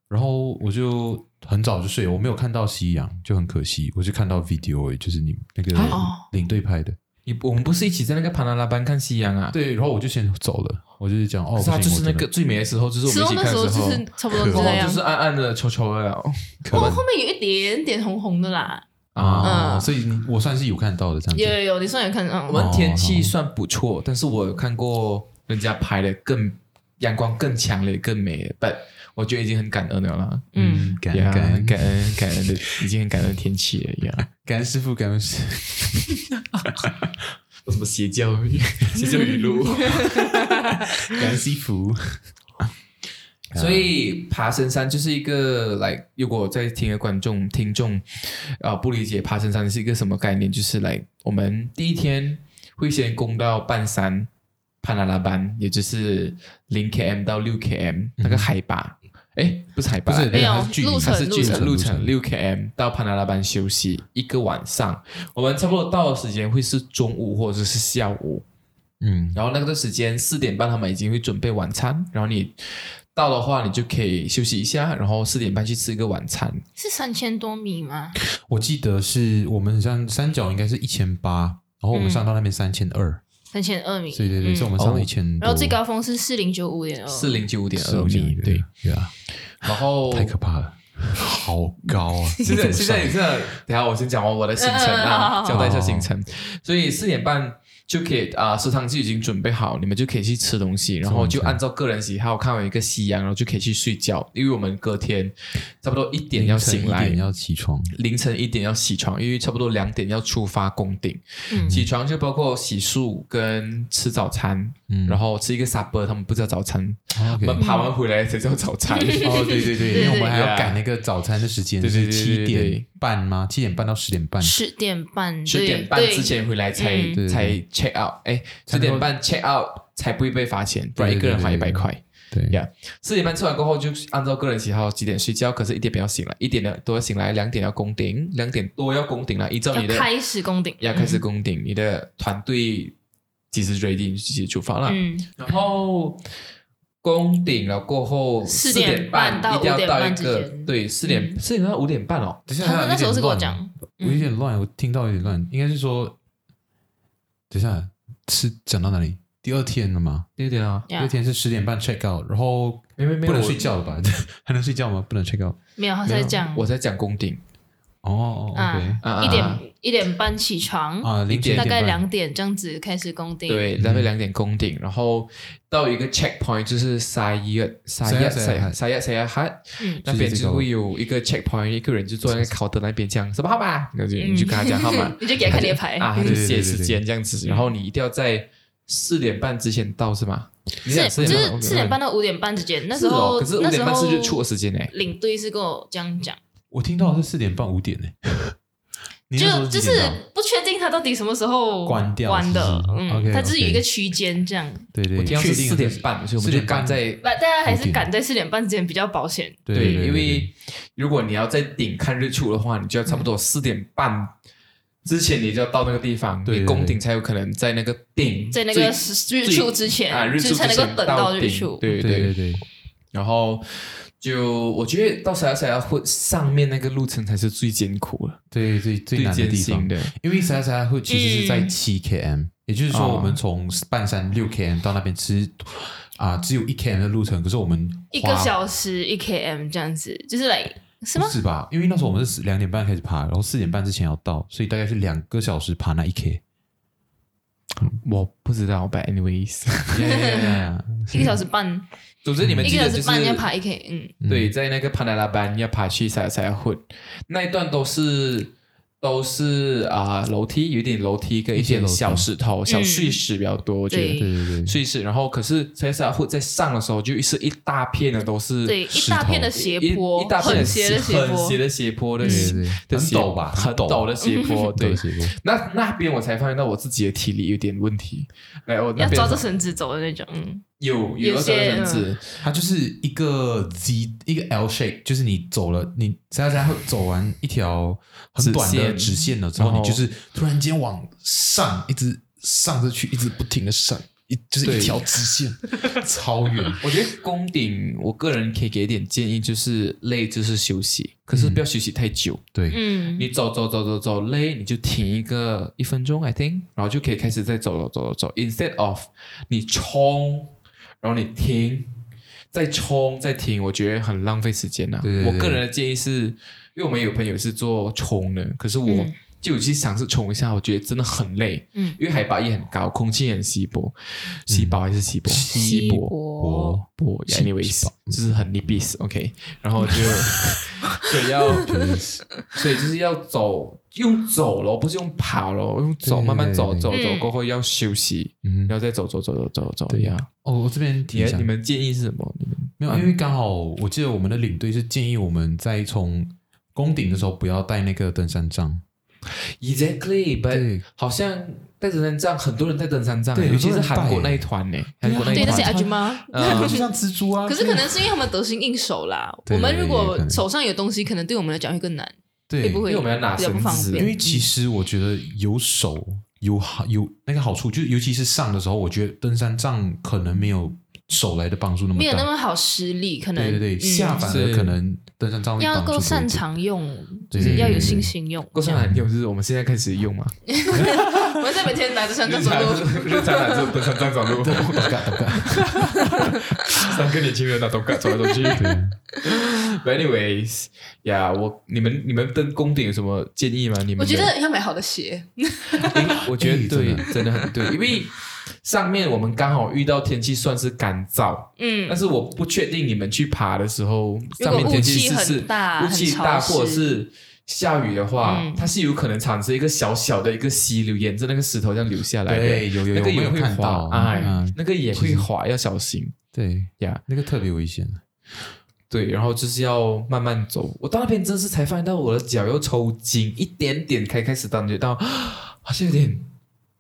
S1: 然后我就很早就睡，我没有看到夕阳，就很可惜。我就看到 video，而已就是你那个
S3: 哦
S1: 领队拍的。
S2: 你我们不是一起在那个帕纳拉班看夕阳啊？，
S1: 对，然后我就先走了，我就是讲哦，
S2: 是啊，
S1: 不
S2: 就
S1: 行
S2: 是那个
S1: 我真的
S2: 最美的时候，就是我
S3: 时
S2: 们一
S3: 候
S2: 起
S3: 那
S2: 看
S3: 时候
S2: 的
S3: 就
S2: 候，
S3: 是差不多
S1: 可
S3: 这
S2: 哇，
S3: 样
S2: 就，是暗暗的、稠稠的了。
S1: 可
S3: 后
S1: 能
S3: 后 面有一点点红红的啦，
S1: 啊，
S3: 嗯
S1: 所以你我算是有看到的这样
S3: 有
S1: 子。
S3: 有有，你算有看，嗯，
S2: 我
S3: 嗯
S2: 们天气算不错，但是我有看过人家拍的更阳光更强烈、更美的，但我觉得已经很感恩了啦。
S3: 嗯，
S1: 感
S2: Yeah，
S1: 恩感恩
S2: 感恩感恩的，已经很感恩天气了 呀。
S1: 感恩师傅，感恩师。
S2: 有什么邪教邪教语录？
S1: 感西服。啊
S2: 所以爬神山就是一个来，如果在听的观众听众啊、呃不理解爬神山是一个什么概念，就是来我们第一天会先攻到半山潘拉拉班，也就是零 km 到六 km 那个海拔，哎，不是海拔，
S1: 嗯不是
S3: 没有
S1: 它是距离
S3: 路
S2: 它
S3: 程
S2: 是距程
S1: 路
S2: 路
S1: 程
S2: 程六 km 到潘达拉班休息一个晚上，我们差不多到的时间会是中午或者是下午，
S1: 嗯，
S2: 然后那段时间四点半他们已经会准备晚餐，然后你到的话你就可以休息一下，然后四点半去吃一个晚餐，
S3: 是三千多米吗？
S1: 我记得是我们像三角应该是一千八，然后我
S3: 嗯
S1: 们上到那边三千二，
S3: 三千二米，
S1: 所以对对，
S3: 嗯
S1: 所以我们上
S2: 哦
S1: 了一千多。
S3: 然后最高峰是四零九五点二，
S2: 四零九五点二
S1: 15
S2: 米，对，
S1: 对啊，
S2: 然后
S1: 太可怕了，哦好高 啊！
S2: 现在现
S1: 你怎么上
S2: 在你这，等一下我先讲完我的行程
S3: 嗯嗯
S2: 啊，
S3: 好
S2: 交代一下行程。所以四点半就可以啊，食堂就已经准备好，你们就可以去吃东西，然后就按照个人喜好看完一个夕阳，然后就可以去睡觉。因为我们隔天差不多一点要醒
S1: 凌晨一
S2: 来
S1: 点，要起床，
S2: 凌晨一点要起床，因为差不多两点要出发攻顶。
S3: 嗯
S2: 起床就包括洗漱跟吃早餐，
S1: 嗯
S2: 然后吃一个 supper，他们不叫早餐，
S1: 哦
S2: 我
S1: ，OK
S2: 们爬完回来才叫早
S3: 嗯
S2: 餐。
S1: 哦，对 对对，因为我们
S2: 啊
S1: 还
S2: 对
S1: 要
S2: 啊
S1: 赶那个早餐的时间，
S2: 对对
S1: 是
S2: 对
S1: 七
S2: 对对
S1: 点半吗？七点半到十点半，
S3: 十点半，
S2: 十
S3: 对
S2: 点半之，前回来才
S3: 嗯
S1: 对
S2: 才 check out，哎，十
S1: 才能
S2: 点
S1: 够
S2: 半 check out 才不会被罚钱，不然一个人罚一
S1: 对对
S2: 百
S1: 对对
S2: 块。
S1: 对
S2: Yeah 四点半吃完过后，就按照个人喜好几点睡觉，可是一点不要醒来，一点的多要醒来，两点要攻顶，两点多要攻顶了，依照
S3: 对
S2: 你
S3: 要
S2: 的
S3: 开始攻顶，
S2: 要开始攻顶，你的团队几时 ready 你就几时出发了。
S3: 嗯，
S2: 然后攻顶了过后，
S3: 4
S2: 点
S3: 点半到
S2: 一定要到一
S3: 5点半
S2: 个
S3: 之间
S2: 对四点
S3: 嗯
S2: 四点半到五点半哦，
S1: 等一下
S3: 他们那时候是跟我，
S1: 有点
S3: 讲，嗯
S1: 乱我有点乱，我听到有点乱，应该是说，等一下是讲到哪里？第二天了吗？
S2: 对对啊，
S1: 第二
S3: Yeah
S1: 天是十点半 check out，然后
S2: 没没没
S1: 不能
S2: 我
S1: 睡觉了吧？ 还能睡觉吗？不能 check out。
S3: 没有，他
S2: 没
S3: 在
S2: 有
S3: 讲
S2: 我在讲攻顶，
S1: 哦，OK，
S3: 啊
S2: 啊啊
S3: 一
S2: 啊
S3: 点一点半起床，
S1: 啊，凌晨
S2: 一点
S3: 大概
S1: 半
S3: 两点这样子开始攻顶，
S2: 对，嗯大概两点攻顶，然后到一个 checkpoint 就是沙耶沙耶
S1: 沙
S2: 沙
S1: 耶
S2: 耶沙耶沙耶哈，
S3: 嗯
S2: 那边就会有一个 checkpoint，一个人就坐在那个考德那边讲什么号码，然后就你就跟他讲号 码
S3: 嗯，你就给他看你的牌
S2: 啊，他就
S1: 对对对
S2: 写
S1: 对
S2: 时
S1: 对
S2: 间这样子，然后你一定要在四点半之前到是吗？你
S3: 是
S2: 讲
S3: 就
S2: 4点半啊
S3: 是
S2: ，OK，
S3: 四点半到五点半之间，那
S2: 是
S3: 时候
S2: 哦可是
S3: 那时
S2: 五点半是
S3: 候
S2: 日出的时间欸
S3: 领队是跟我这样讲，
S1: 我听到的是四点半五点 呢。你那
S3: 就
S1: 时候
S3: 就
S1: 几
S3: 是
S1: 点到
S3: 不确定他到底什么时候
S1: 关掉
S3: 关的
S1: 是，不是
S3: 嗯，
S1: OK，
S3: 它只是有
S1: OK
S3: 一个区间这样，
S1: 对对，
S2: 我听到
S1: 确
S2: 是
S1: 定
S2: 四点
S1: 是
S2: 半，所以我
S1: 4
S2: 们
S1: 点
S2: 就
S1: 半
S2: 赶在
S3: 大家还
S1: 五
S3: 是
S1: 点
S3: 赶在四点半之前比较保险，
S1: 对对对，
S2: 因为如果你要在顶看日出的话，你就要差不多四点半之前，你就要到那个地方，
S1: 对对
S2: 你攻顶才有可能在那个顶
S3: 在那个
S2: 最
S3: 日出之前
S2: 啊，日
S3: 就
S2: 出
S3: 是
S2: 之
S3: 才能
S2: 前
S3: 够等
S2: 到
S3: 到日
S2: 顶
S3: 出
S2: 对
S1: 对对
S2: 对。
S1: 对，
S2: 然后就我觉得到沙拉沙拉会上面那个路程才是最艰苦的、
S1: 对最最难的
S2: 艰
S1: 地
S2: 辛
S1: 方，
S2: 的。
S1: 因为沙沙会其实是
S3: 嗯
S1: 在七 km，也就是说
S2: 哦
S1: 我们从半山六 km 到那边吃啊只有一 km 的路程，可是我们
S3: 一
S1: 花
S3: 个小时一 km 这样子，就是来什么
S1: 不？是吧？因为那时候我们是两点半开始爬，然后四点半之前要到，所以大概是两个小时爬那一 k。
S2: 我不知道，but anyways，
S1: 嗯
S3: 一个小时半，
S2: 总之你们
S3: 一
S2: 记
S3: 个
S2: 得
S3: 小
S2: 就
S3: 时
S2: 是
S3: 半要爬一 k，嗯，
S2: 对，在那个潘达拉班要爬去塞塞混，那一段都是都是啊、楼梯，有点楼梯跟一
S1: 一些
S2: 点
S1: 楼梯
S2: 小石头、小
S3: 嗯
S2: 碎石比较多，我觉
S3: 对
S2: 得
S1: 对对对，
S2: 碎石。然后可是塞塞混在上的时候，就是一大片的都是
S3: 对，一大片的斜
S2: 一
S3: 坡，
S2: 一大片
S3: 很斜
S2: 斜
S3: 的斜
S2: 很
S3: 坡
S2: 斜，的斜坡的
S3: 嗯
S2: 斜
S1: 对对
S2: 的
S1: 很
S2: 斜
S1: 陡吧
S2: 很
S1: 很陡
S2: 陡的斜坡，对
S1: 对。对对
S2: 那那边我才发现到我自己的体力有点问题，来我那
S3: 要
S2: 边
S3: 抓着绳子走的那种，嗯，
S2: 有
S3: 有
S2: 有
S3: 些
S2: 绳子，
S1: 它就是一个 Z 一个 L shape，就是你走了，你在在走完一条很短的
S2: 直
S1: 直
S2: 线
S1: 线了之后，
S2: 然后
S1: 你就是突然间往上一直上着去，一直不停的上，一就是
S2: 对
S1: 一条 直线，超远。
S2: 我觉得宫顶，我个人可以给点建议，就是累就是休息，可是不要休息太久。
S1: 对，
S3: 嗯，
S2: 你走走走走走累，你就停一个一分钟，I think，然后就可以开始再走走走走走。Instead of 你冲，然后你停，再冲再停，我觉得很浪费时间呐、啊
S1: 对对对
S2: 我个人的建议是，因为我们有朋友是做冲的，可是我
S3: 嗯
S2: 就有去尝试冲一下，我觉得真的很累，
S3: 嗯
S2: 因为海拔也很高，空气也很稀薄，稀薄还是稀薄？稀薄。
S3: 薄，
S2: 不
S1: 是
S2: ，anyways，
S1: 是吧
S2: 就是很 n i b i s o k 然后就所以要，所以就是要走，用走咯，不是用跑咯，用走，
S1: 对
S2: 慢慢走，
S1: 对
S2: 走
S3: 对
S2: 走过后要休息，
S1: 嗯
S2: 然，后再走走走走走走。
S1: 对
S2: 呀，
S1: 哦，我这边提
S2: 你
S1: 一下，
S2: 你们嗯建议是什么？你们
S1: 没有，因为刚好我记得我们的领队是建议我们在从宫顶的时候不要带那个登山杖，
S2: exactly，but
S1: 对
S2: 好像带登山杖，很多人带登山杖，
S1: 对
S2: 尤其
S1: 很多
S2: 是
S1: 人带
S2: 韩国
S1: 欸
S2: 那一团呢，
S1: 对啊
S2: 韩国那一
S3: 对，
S2: 团，
S3: 那些阿
S1: 团
S3: 舅妈。
S2: 嗯
S1: 就像蜘蛛 啊。
S3: 可是可能是因为他们得心应手啦。
S1: 对
S3: 我们如
S1: 有可
S3: 果
S1: 能
S3: 手上有东西，可能对我们来讲会更难，
S1: 对
S3: 会，不
S2: 因
S3: 会
S2: 为我们要拿
S3: 比较不
S2: 绳
S3: 方
S2: 子
S1: 因
S3: 便？
S1: 为其实我觉得有手有好有那个好处，就是尤其是上的时候，我觉得登山杖可能没有手来的帮助那么
S3: 没有那
S1: 大。
S3: 么好施力，可能
S1: 对对对，
S3: 嗯
S1: 下反而
S2: 是
S1: 可能登山杖会
S3: 要
S1: 帮助
S3: 够
S1: 多一
S3: 擅
S1: 点
S3: 长用，
S1: 对对对
S3: 要有信心用。
S2: 过上海用就是我们现在开始用嘛，
S3: 我们在每天拿着三张 走路，
S2: 日常拿着登山杖走路，三个年轻人拿斗杆走来走去。But anyways，呀、我你们你们登宫顶有什么建议吗？你
S3: 我
S2: 们
S3: 觉
S2: 的
S3: 得要买好的鞋。
S2: 诶我觉得
S1: 哎
S2: 对，
S1: 真
S2: 真的很对，因为上面我们刚好遇到天气算是干燥，
S3: 嗯
S2: 但，是我不确定你们去爬的时候，
S3: 如果
S2: 上面天气
S3: 雾气
S2: 是不是
S3: 很大
S2: 雾气
S3: 很潮
S2: 大，
S3: 湿
S2: 或者是下雨的话，
S3: 嗯
S2: 它是有可能产生一个小小的一个溪流，沿着那个石头这样流下来的。
S1: 对，有有
S2: 那
S1: 有，
S2: 个
S1: 我
S2: 也
S1: 有
S2: 会
S1: 看
S2: 滑
S1: 到，，
S2: 哎，
S1: 嗯，
S2: 那个也会滑，要小心
S1: 对，
S2: 呀。
S1: 那个特别危险。
S2: 对，然后就是要慢慢走。我到那边真是才发现到我的脚又抽筋一点点，才开始感觉到啊好像有点，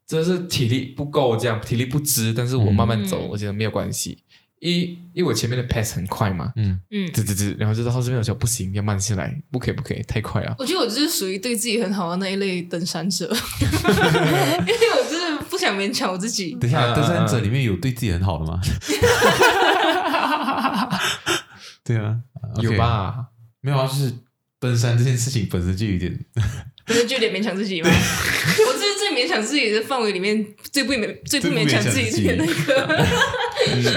S2: 真的是体力不够，这样体力不支。但是我慢慢走，
S3: 嗯
S2: 我觉得没有关系，因因为我前面的 pass 很快嘛，
S1: 嗯，
S3: 嗯，
S2: 吱吱吱，然后就到这边我说不行，要慢下来，不可以不可以，太快了。
S3: 我觉得我就是属于对自己很好的那一类登山 者，因为我就是不想勉强我自己。
S1: 等一下，
S2: 嗯
S1: 登山者里面有对自己很好 的吗？对啊，
S2: 有
S1: OK？
S2: 吧？
S1: 没有啊，就是登山这件事情本身就有点，
S3: 不是就有点勉强自 己吗？我这是最勉强自己的范围里面最不勉最不勉强自己的那个。
S2: 嗯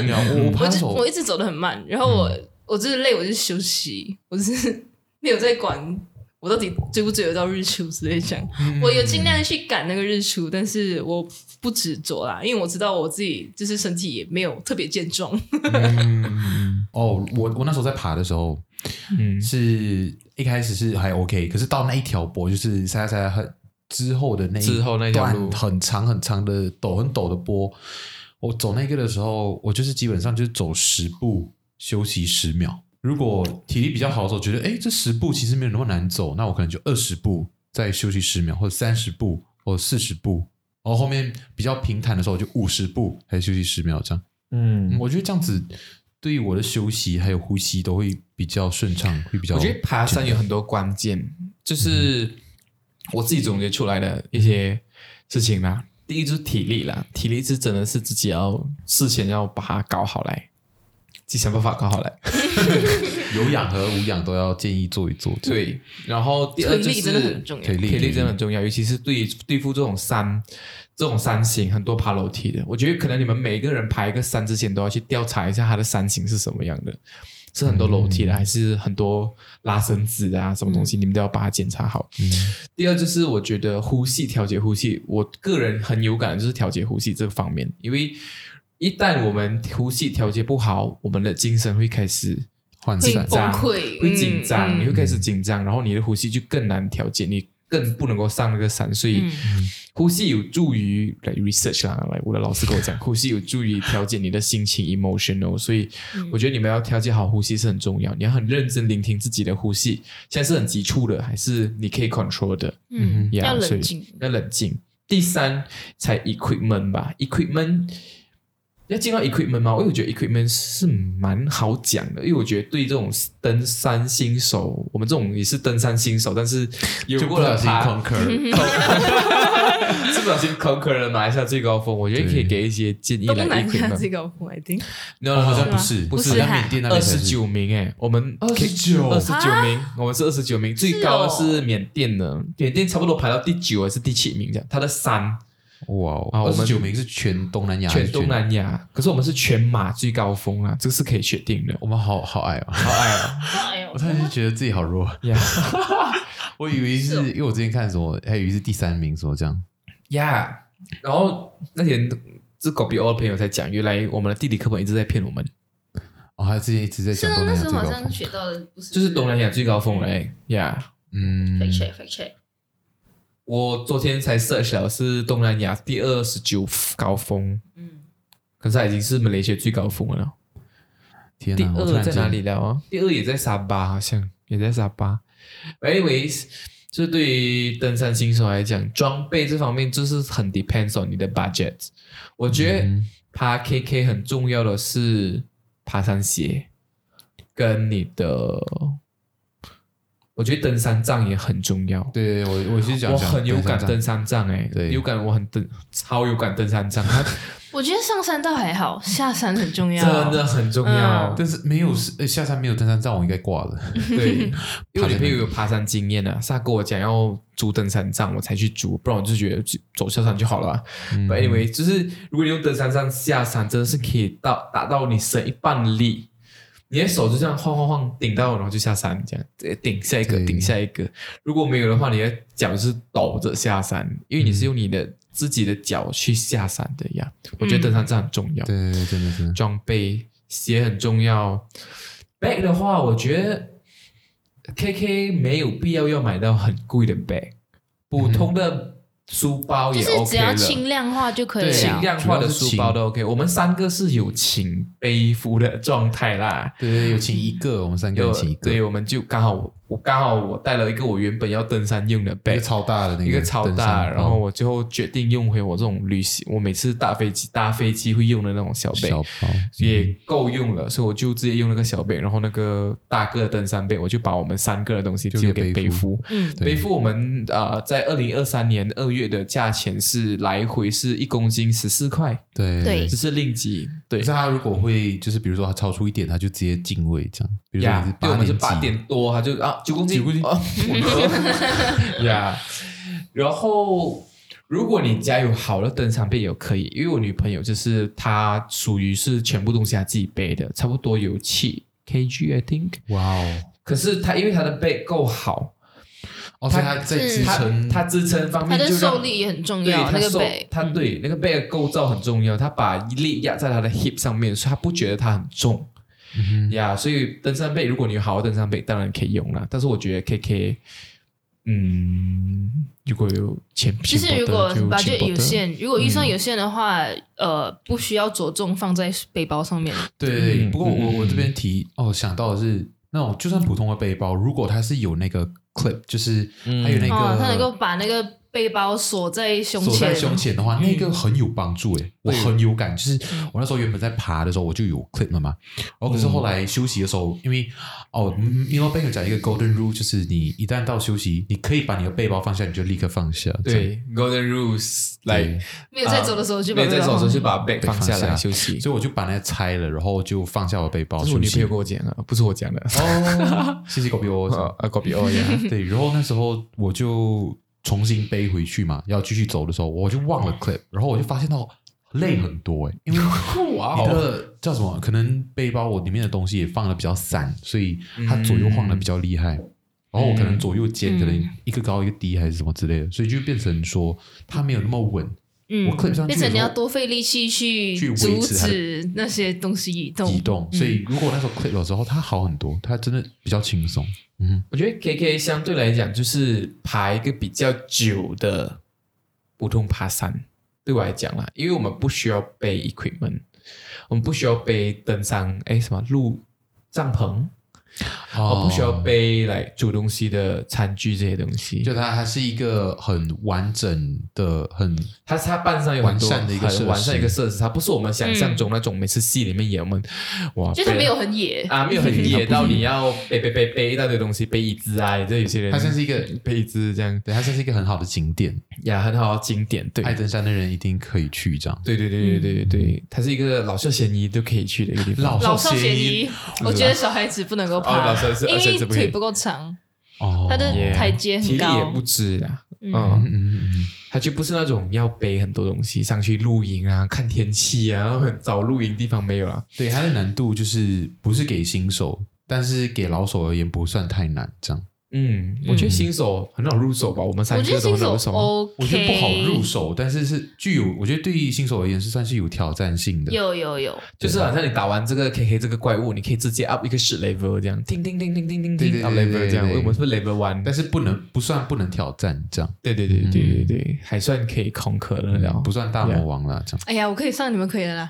S2: 没有，我
S1: 我
S3: 我
S1: 怕
S3: 就
S1: 手
S3: 我一直走得很慢，然后我、
S2: 嗯
S3: 我就是累，我就休息，我就是 没有在管我到底追不追得到日出之类这样。
S2: 嗯
S3: 我有尽量去赶那个日出，但是我不执着啦，因为我知道我自己就是身体也没有特别健壮。
S1: 嗯哦，我我那时候在爬的时候，
S2: 嗯
S1: 是一开始是还 OK，可是到那一条坡就是塞塞塞很之后的那一
S2: 之后那条
S1: 段
S2: 路
S1: 很长很长的陡很陡的坡，我走那个的时候，我就是基本上就是走十步休息十秒。如果体力比较好的时候，觉得哎这十步其实没有那么难走，那我可能就二十步再休息十秒，或者三十步或四十步。然后后面比较平坦的时候，我就五十步还休息十秒这样。
S2: 嗯
S1: 嗯，我觉得这样子对于我的休息还有呼吸都会比较顺畅，会比较。
S2: 我觉得爬山有很多关键，就是我自己总结出来的一些事情啦。第一就是体力啦，体力是真的是自己要事前要把它搞好来，自己想办法搞好来。
S1: 有氧和无氧都要建议做一做。
S2: 对，然后第二
S3: 腿
S2: 就
S3: 力
S2: 是
S3: 真的很重要
S1: 腿。力，
S2: 体力真的很重要，尤其是对对付这种山这种山形，很多爬楼梯的，我觉得可能你们每一个人爬一个山之前都要去调查一下它的山形是什么样的，是很多楼梯的，还是很多拉伸子啊，什么东西，你们都要把它检查好。第二就是我觉得呼吸调节呼吸，我个人很有感的就是调节呼吸这个方面，因为一旦我们呼吸调节不好，我们的精神会开始
S1: 涣
S3: 会
S1: 散
S3: 崩
S2: 张
S3: 溃
S2: 会紧张，
S3: 嗯
S2: 你会开始紧张，然后你的呼吸就更难调节，你更不能够上那个山，所以
S3: 嗯
S2: 呼吸有助于来 research 啦，来我的老师跟我 讲，呼吸有助于调节你的心情 emotional，所以
S3: 嗯
S2: 我觉得你们要调节好呼吸是很重要，你要很认真聆听自己的呼吸，现在是很急促的，还是你可以 control 的？
S3: 嗯，
S2: 呀
S3: 要
S2: 所
S3: 冷
S2: 以
S3: 静。
S2: 要冷静。第三，才 equipment 吧，equipment 要进到 equipment 吗？因为我觉得 equipment 是蛮好讲的，因为我觉得对这种登山新手，我们这种也是登山新手，但是有
S1: 就
S2: 过
S1: 不小
S2: 了嗯
S1: 心
S2: 爬
S1: conquer，
S2: 这不小心 conquer 了马来西亚最高峰，我觉得可以给一些建议
S3: 东
S2: 来
S3: 南
S2: 一
S3: 亚
S2: equipment
S3: 最高峰，I think
S2: ，no
S1: 哦
S2: no
S1: 好像
S2: no，
S1: 不是，
S2: 不
S4: 是
S1: 好像
S4: 哈
S1: 缅甸那边
S2: 二
S1: 才
S2: 十
S1: 是
S2: 九名哎，我们
S1: 29
S2: 二十九名，啊我们是二十九名，最高的是缅甸的，缅甸差不多排到第九还是第七名这样，它的三
S1: 哇哦，
S2: 啊我
S1: 二
S2: 们
S1: 十九名是全东南亚，
S2: 全东，南亚，可是我们是全马最高峰啊，这个是可以确定的。
S1: 我们好好矮啊！
S2: 好爱啊！
S1: 我突然间觉得自己好弱，啊
S2: 呀
S1: 我以为是因为我之前看什么，还以为是第三名什么这样。
S2: 呀，然后那天这狗比欧的朋友在讲，原来我们的地理课本一直在骗我们，
S1: 哦，他之前一直在
S6: 是
S1: 讲
S6: 啊，
S1: 东南
S6: 那
S1: 亚
S6: 时候
S1: 最
S6: 好
S1: 高
S6: 像
S1: 峰，
S6: 学到的不是，
S2: 就是东南亚最高峰嘞。呀，
S1: 嗯
S6: fact check fact check，
S2: 我昨天才 search 了，是东南亚第二十九高峰，
S6: 嗯，
S2: 可是它已经是马来西亚最高峰了。
S1: 天
S2: 第
S1: 哪，我突
S2: 二
S1: 然
S2: 在
S1: 间
S2: 哪里？了啊？第二也在沙巴，好像也在沙巴。Anyways，这对于登山新手来讲，装备这方面就是很 depends on 你的 budget。我觉得
S1: 嗯
S2: 爬 KK 很重要的是爬山鞋跟你的，我觉得登山杖也很重要。
S1: 对，我我是讲，
S2: 我很有感登山杖哎、
S1: 对
S2: 有感我很登，超有感登山杖，它
S3: 我觉得上山倒还好，下山很重要。
S2: 真的很重 要。
S3: 嗯
S1: 但是没有呃下山没有登山杖，我应该挂了。
S2: 对，因为我
S1: 爬山
S2: 女朋友有爬山经验啊，是她跟我讲要租登山杖，我才去租，不然我就觉得就走下山就好了啊。
S1: 嗯
S2: But anyway，就是如果你用登山杖下山，真的是可以到达到你省一半的力，你的手就这样晃晃晃顶到，然后就下山，这样直接顶下一个，
S1: 对
S2: 顶下一个。如果没有的话，你的脚是抖着下山，因为你是用你的自己的脚去下山的呀。我觉得登山杖很重要。
S1: 对对对，真的是
S2: 装备、鞋很重要。bag 的话，我觉得 KK 没有必要要买到很贵的 bag，普通的书包
S3: 就
S2: 也
S3: 是
S2: OK
S3: 只要
S2: 了。
S3: 轻量化就可以
S2: 对，轻
S3: 了。
S2: 量化
S1: 主
S2: 的
S1: 要是
S2: 书
S1: 轻
S2: 包都 OK。我们三个是有请背负的状态啦，
S1: 对对，有请一个，我们三 个
S2: 有
S1: 人请一个，
S2: 对，我们就刚好我刚好我带了一个我原本要登山用的
S1: 一
S2: bag，
S1: 个超大的那
S2: 一个
S1: 个
S2: 超
S1: 登
S2: 大，
S1: 山哦
S2: 然后我最后决定用回我这种旅行，我每次搭飞机搭飞机会用的那种小
S1: 嗯
S2: 背
S1: 小，包，
S2: 也够用了，所以我就直接用那个小背，然后那个大个的登山背，我就把我们三个的东西
S1: 就
S2: 就给
S1: 给
S2: 背
S1: 背
S2: 负。
S3: 嗯，
S1: 对
S2: 背负我们呃，在二零二三年二月的价钱是来回是一公斤十四块，
S1: 对
S6: 对
S2: 这是令吉对
S1: 可是。他如果会，就是比如说他超出一点，他就直接进位这样。比如说你
S2: 呀
S1: 是，
S2: 对，我
S1: 八
S2: 们是
S1: 点
S2: 八
S1: 几，
S2: 点多，他就啊九公斤，
S1: 九公斤
S2: 啊，我 呀。然后，如果你家有好的登山背也可以，因为我女朋友就是她属于是全部东西她自己背的，差不多有七 kg I think，
S1: 哇哦！
S2: 可是他因为他的背够好，
S1: 哦，所以他在支
S2: 他
S1: 撑，
S2: 他支撑方
S3: 它
S2: 面
S3: 的
S2: 就让
S3: 受力也很重
S2: 对
S3: 要，
S2: 他
S3: 那个
S2: 受
S3: 背，
S1: 嗯
S3: 嗯
S2: 他对那个背的构造很重要，他把力压在他的 hip 上面，所以他不觉得他很重
S1: 嗯哼
S2: 呀。所以登山背，如果你有好的登山背，当然可以用啦。但是我觉得 KK，嗯，如果有钱，
S3: 其实
S2: 钱
S3: 如
S2: 包
S3: 果
S2: 的就
S3: budget
S2: 钱包
S3: 有
S2: 的
S3: 限，如果预算有限的话，呃，不需要着重放在背包上面。
S1: 对对对。
S2: 嗯
S1: 不过我
S2: 嗯
S1: 我这边提哦，想到的是那种就算普通的背包，如果它是有那个 clip，就是
S2: 嗯
S1: 还有那
S3: 哦，他能够
S1: 个
S3: 把那个背包锁在胸
S1: 锁在
S3: 前，
S1: 胸前的
S2: 嗯
S1: 话，那个很有帮助诶，我很有感。就是我那时候原本在爬的时候我就有 clip 了嘛，然后可是
S2: 嗯
S1: 后来休息的时候，因为哦，米洛贝克讲一个 golden rule，就是你一旦到休息，你可以把你的背包放下，你就立刻放下。这样
S2: 对 Golden Rules 来
S1: 对，
S3: 没有在走的时候就把
S2: 啊没有
S3: 背
S2: 在
S3: 包
S2: 走的时候
S3: 放
S2: 就把背放下来
S1: 放下
S2: 休息。
S1: 所以我就把那个拆了，然后就放下我背包
S2: 这是我
S1: 休
S2: 女朋
S1: 息
S2: 友。跟我讲的，不是我讲的。
S1: 哦， 谢谢狗 比我。
S2: 呃呃，狗比欧呀，
S1: 啊 对，然后那时候我就重新背回去嘛，要继续走的时候，我就忘了 clip，然后我就发现到累很多哎、因为
S2: 哇
S1: 你的叫什么？可能背包我里面的东西也放的比较散，所以它左右晃的比较厉害。然后我可能左右肩可能一个高一个低还是什么之类的，所以就变成说它没有那么稳。
S3: 嗯
S1: 我 clip 上去的时候
S3: 变成你要多费力气去
S1: 去维
S3: 阻
S1: 持它的
S3: 止那些东西移动。嗯
S1: 移动，所以如果那时候 clip 的时候，它好很多，它真的比较轻松。嗯，
S2: 我觉得 KK 相对来讲就是爬一个比较久的普通爬山，对我来讲啦，因为我们不需要背 equipment，我们不需要背登山，哎，什么路帐篷，
S1: 哦
S2: 我不需要背来煮东西的餐具这些东西。
S1: 就它还是一个很完整的、很
S2: 它它班上有很多
S1: 完善的一个设施
S2: 很完善的一个设施，它不是我们想象中那种每次戏里面演我们
S1: 嗯
S2: 哇，
S3: 就他
S2: 背
S3: 没有很野，
S2: 啊，没有很野到你要背背背背一大堆东西，背椅子啊，这有些人
S1: 它像是一个
S2: 背椅子这样，
S1: 对，它算是一个很好的景点，
S2: 呀，很好经典，对。
S1: 爱登山的人一定可以去这样。
S2: 对对对对对对对，它是一个老少咸宜都可以去的一个地方。
S3: 老少咸宜。我觉得小孩子不能够
S2: 哦
S3: 爬
S2: 老少是，
S3: 因
S2: 而且
S3: 为
S2: 这不可以
S3: 腿不够长，
S1: 哦，
S3: 它的
S2: 耶
S3: 台阶
S2: 体
S3: 很
S2: 力
S3: 高
S2: 也不止啦，
S3: 嗯
S2: 嗯
S1: 嗯嗯嗯
S2: 他就不是那种要背很多东西上去露营啊、看天气啊，然 后很找露营地方没有啊。
S1: 对，它的难度就是不是给新手，但是给老手而言不算太难，这样
S2: 嗯，我觉得新手很好入手吧，我们三
S3: 我觉
S2: 个
S3: 得
S2: 都
S3: 新
S2: 很好
S3: 手哦
S2: 入手啊。
S3: OK，
S1: 我觉得不好入手，但是是具有，我觉得对于新手而言是算是有挑战性的。
S3: 有有有，
S2: 就是好像你打完这个 KK 这个怪物，你可以直接 up 一个十 level 这样，叮叮叮叮叮叮
S1: 对
S2: 叮
S1: 对对
S2: up level 这样。
S1: 对对对
S2: 我们是不是 level one？
S1: 但是不能不算不能挑战，这样
S2: 对对对对对对，还算可以空壳了了。
S1: 不算大魔王了，这样。
S3: 哎呀，我可以上，你们可以的 啦，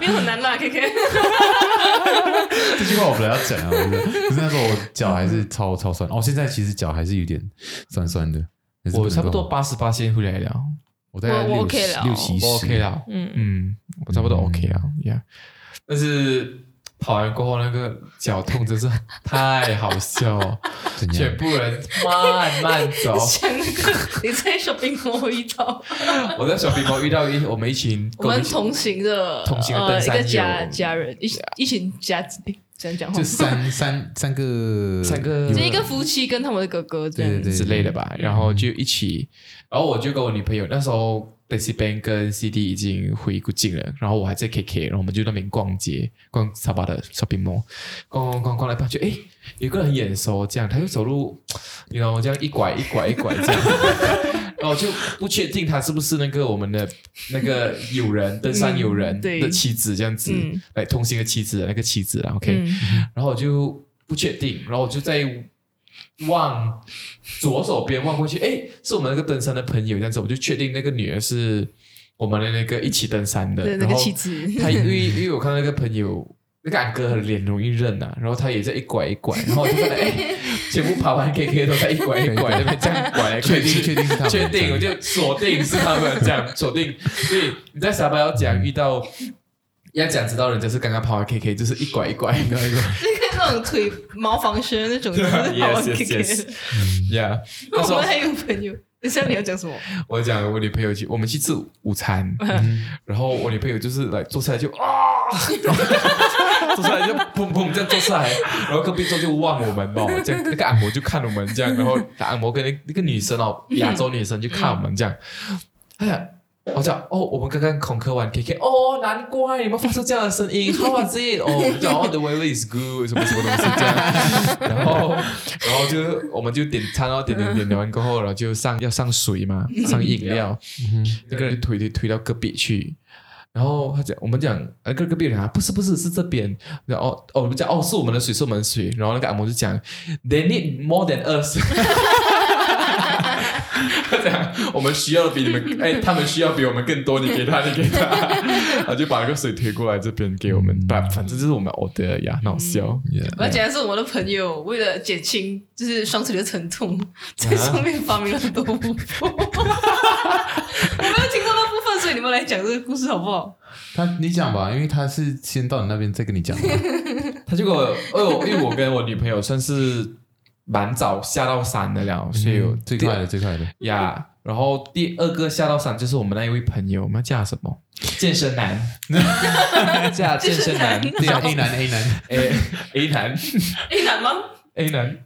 S3: 没有很难啦，K K。
S1: 这句话我本来要讲啊，我觉得可是那时候我脚还是超超酸，哦，现在其实脚还是有点酸酸的。还是
S2: 我
S1: 能够
S2: 差不多，八十八先回来了，
S1: 我大概
S3: 我我
S1: 六
S3: OK 了
S1: 六七十
S2: 我 OK 了。
S3: 嗯，。
S2: 嗯，我差不多
S1: 嗯
S2: OK 啊，Yeah。但是跑完过后那个脚痛真是太好笑 了，
S1: 怎
S2: 全
S1: 样？
S2: 部人慢慢 走
S3: 像那个你在 shopping mall 遇到
S2: 我在小冰猫遇到一我们一群
S3: 我们
S2: 跟
S3: 同行的
S2: 同行的
S3: 呃
S2: 登
S3: 一
S2: 山
S3: 个
S2: 友
S3: 家家人，一一群家哎这样讲话
S1: 就，三三三个
S2: 哦三个
S3: 就一个夫妻跟他们的哥哥这
S1: 对
S3: 样
S1: 对
S3: 子。
S2: 之类的
S3: 嗯
S2: 吧，然后就一起，然后我就跟我女朋友那时候。Daisy Ben 跟 CD 已经回古晋了，然后我还在 KK，然后我们就在那边逛街，逛沙巴的 shopping mall，逛逛逛逛来逛去，哎，有个人很眼熟，这样他就走路，你知道，这样一拐一拐一拐这 样，然后我就不确定他是不是那个我们的那个友人，登山友人
S3: 嗯对
S2: 的妻子这样子，
S3: 嗯
S2: 来同行的妻子的那个妻子啦，OK，、
S3: 嗯，
S2: 然后我就不确定，然后我就在望左手边望过去，哎，是我们那个登山的朋友这样子，我就确定那个女儿是我们的那个一起登山的，
S3: 嗯对那
S2: 然
S3: 个
S2: 后
S3: 妻子，
S2: 他因为因为我看到那个朋友，那个俺哥很脸容易认啊，然后他也在一拐一拐，然后我就看到哎，全部爬完 KK 都在一拐一拐那边这样拐来拐
S1: 确
S2: 去
S1: 定，确定是他们，
S2: 确定，我就锁定是他们这样锁定。所以你在沙巴要讲遇到，要讲知道人家是刚刚跑完 KK，就是一拐一拐一拐一拐。
S3: 那种腿毛防身那种，就是 好啊
S2: yes, 啊 yes. Yeah，那时
S3: 我
S2: 候
S3: 们还有朋友，等一下你要讲什么？
S2: 我讲我女朋友去，我们去吃午餐，然后我女朋友就是来坐下来就啊， 坐下来就砰砰这样坐下来，然后隔壁桌就望我们哦，这样那个按摩就看我们这样，然后按摩跟那那个女生哦，亚洲女生就看我们这样，哎呀。我讲哦，我们刚刚恐吓完 KK，哦，难怪你们发出这样的声音，How was it？哦，我们讲 All the way is good，什么什么东西这样，然后然后就我们就点餐哦，点点点点完过后，然后就上要上水嘛，上饮料，那个人就推推推到隔壁去。然后他讲，我们讲那个隔壁人啊，不是不是是这边，然后哦我们讲哦是我们的水是我们的水，然后那个按摩就讲，they need more than us，他讲我们需要的比你们， 哎，他们需要比我们更多，你给他，你给他，然后就把那个水推过来这边给我们，
S1: 嗯
S2: 反反正就是我们 order 呀，很好笑，
S3: 我要讲的是我的朋友为了减轻就是双腿的疼
S2: 啊
S3: 痛，在上面发明了很多舞 步。我没有听到那部分，所以你们来讲这个故事好不好？
S1: 他你讲吧，因为他是先到你那边再跟你 讲嘛。
S2: 他就给我，因为我因为我跟我女朋友算是蛮早下到山的了，所以我
S1: 最快的，最快的，
S2: 呀。然后第二个下到山就是我们那一位朋友，我们叫他什么？健身男，叫健身男，
S3: 健
S2: 对啊
S1: ，A 男 A 男，
S2: ，A A 男
S3: A 哎男吗
S2: A 男，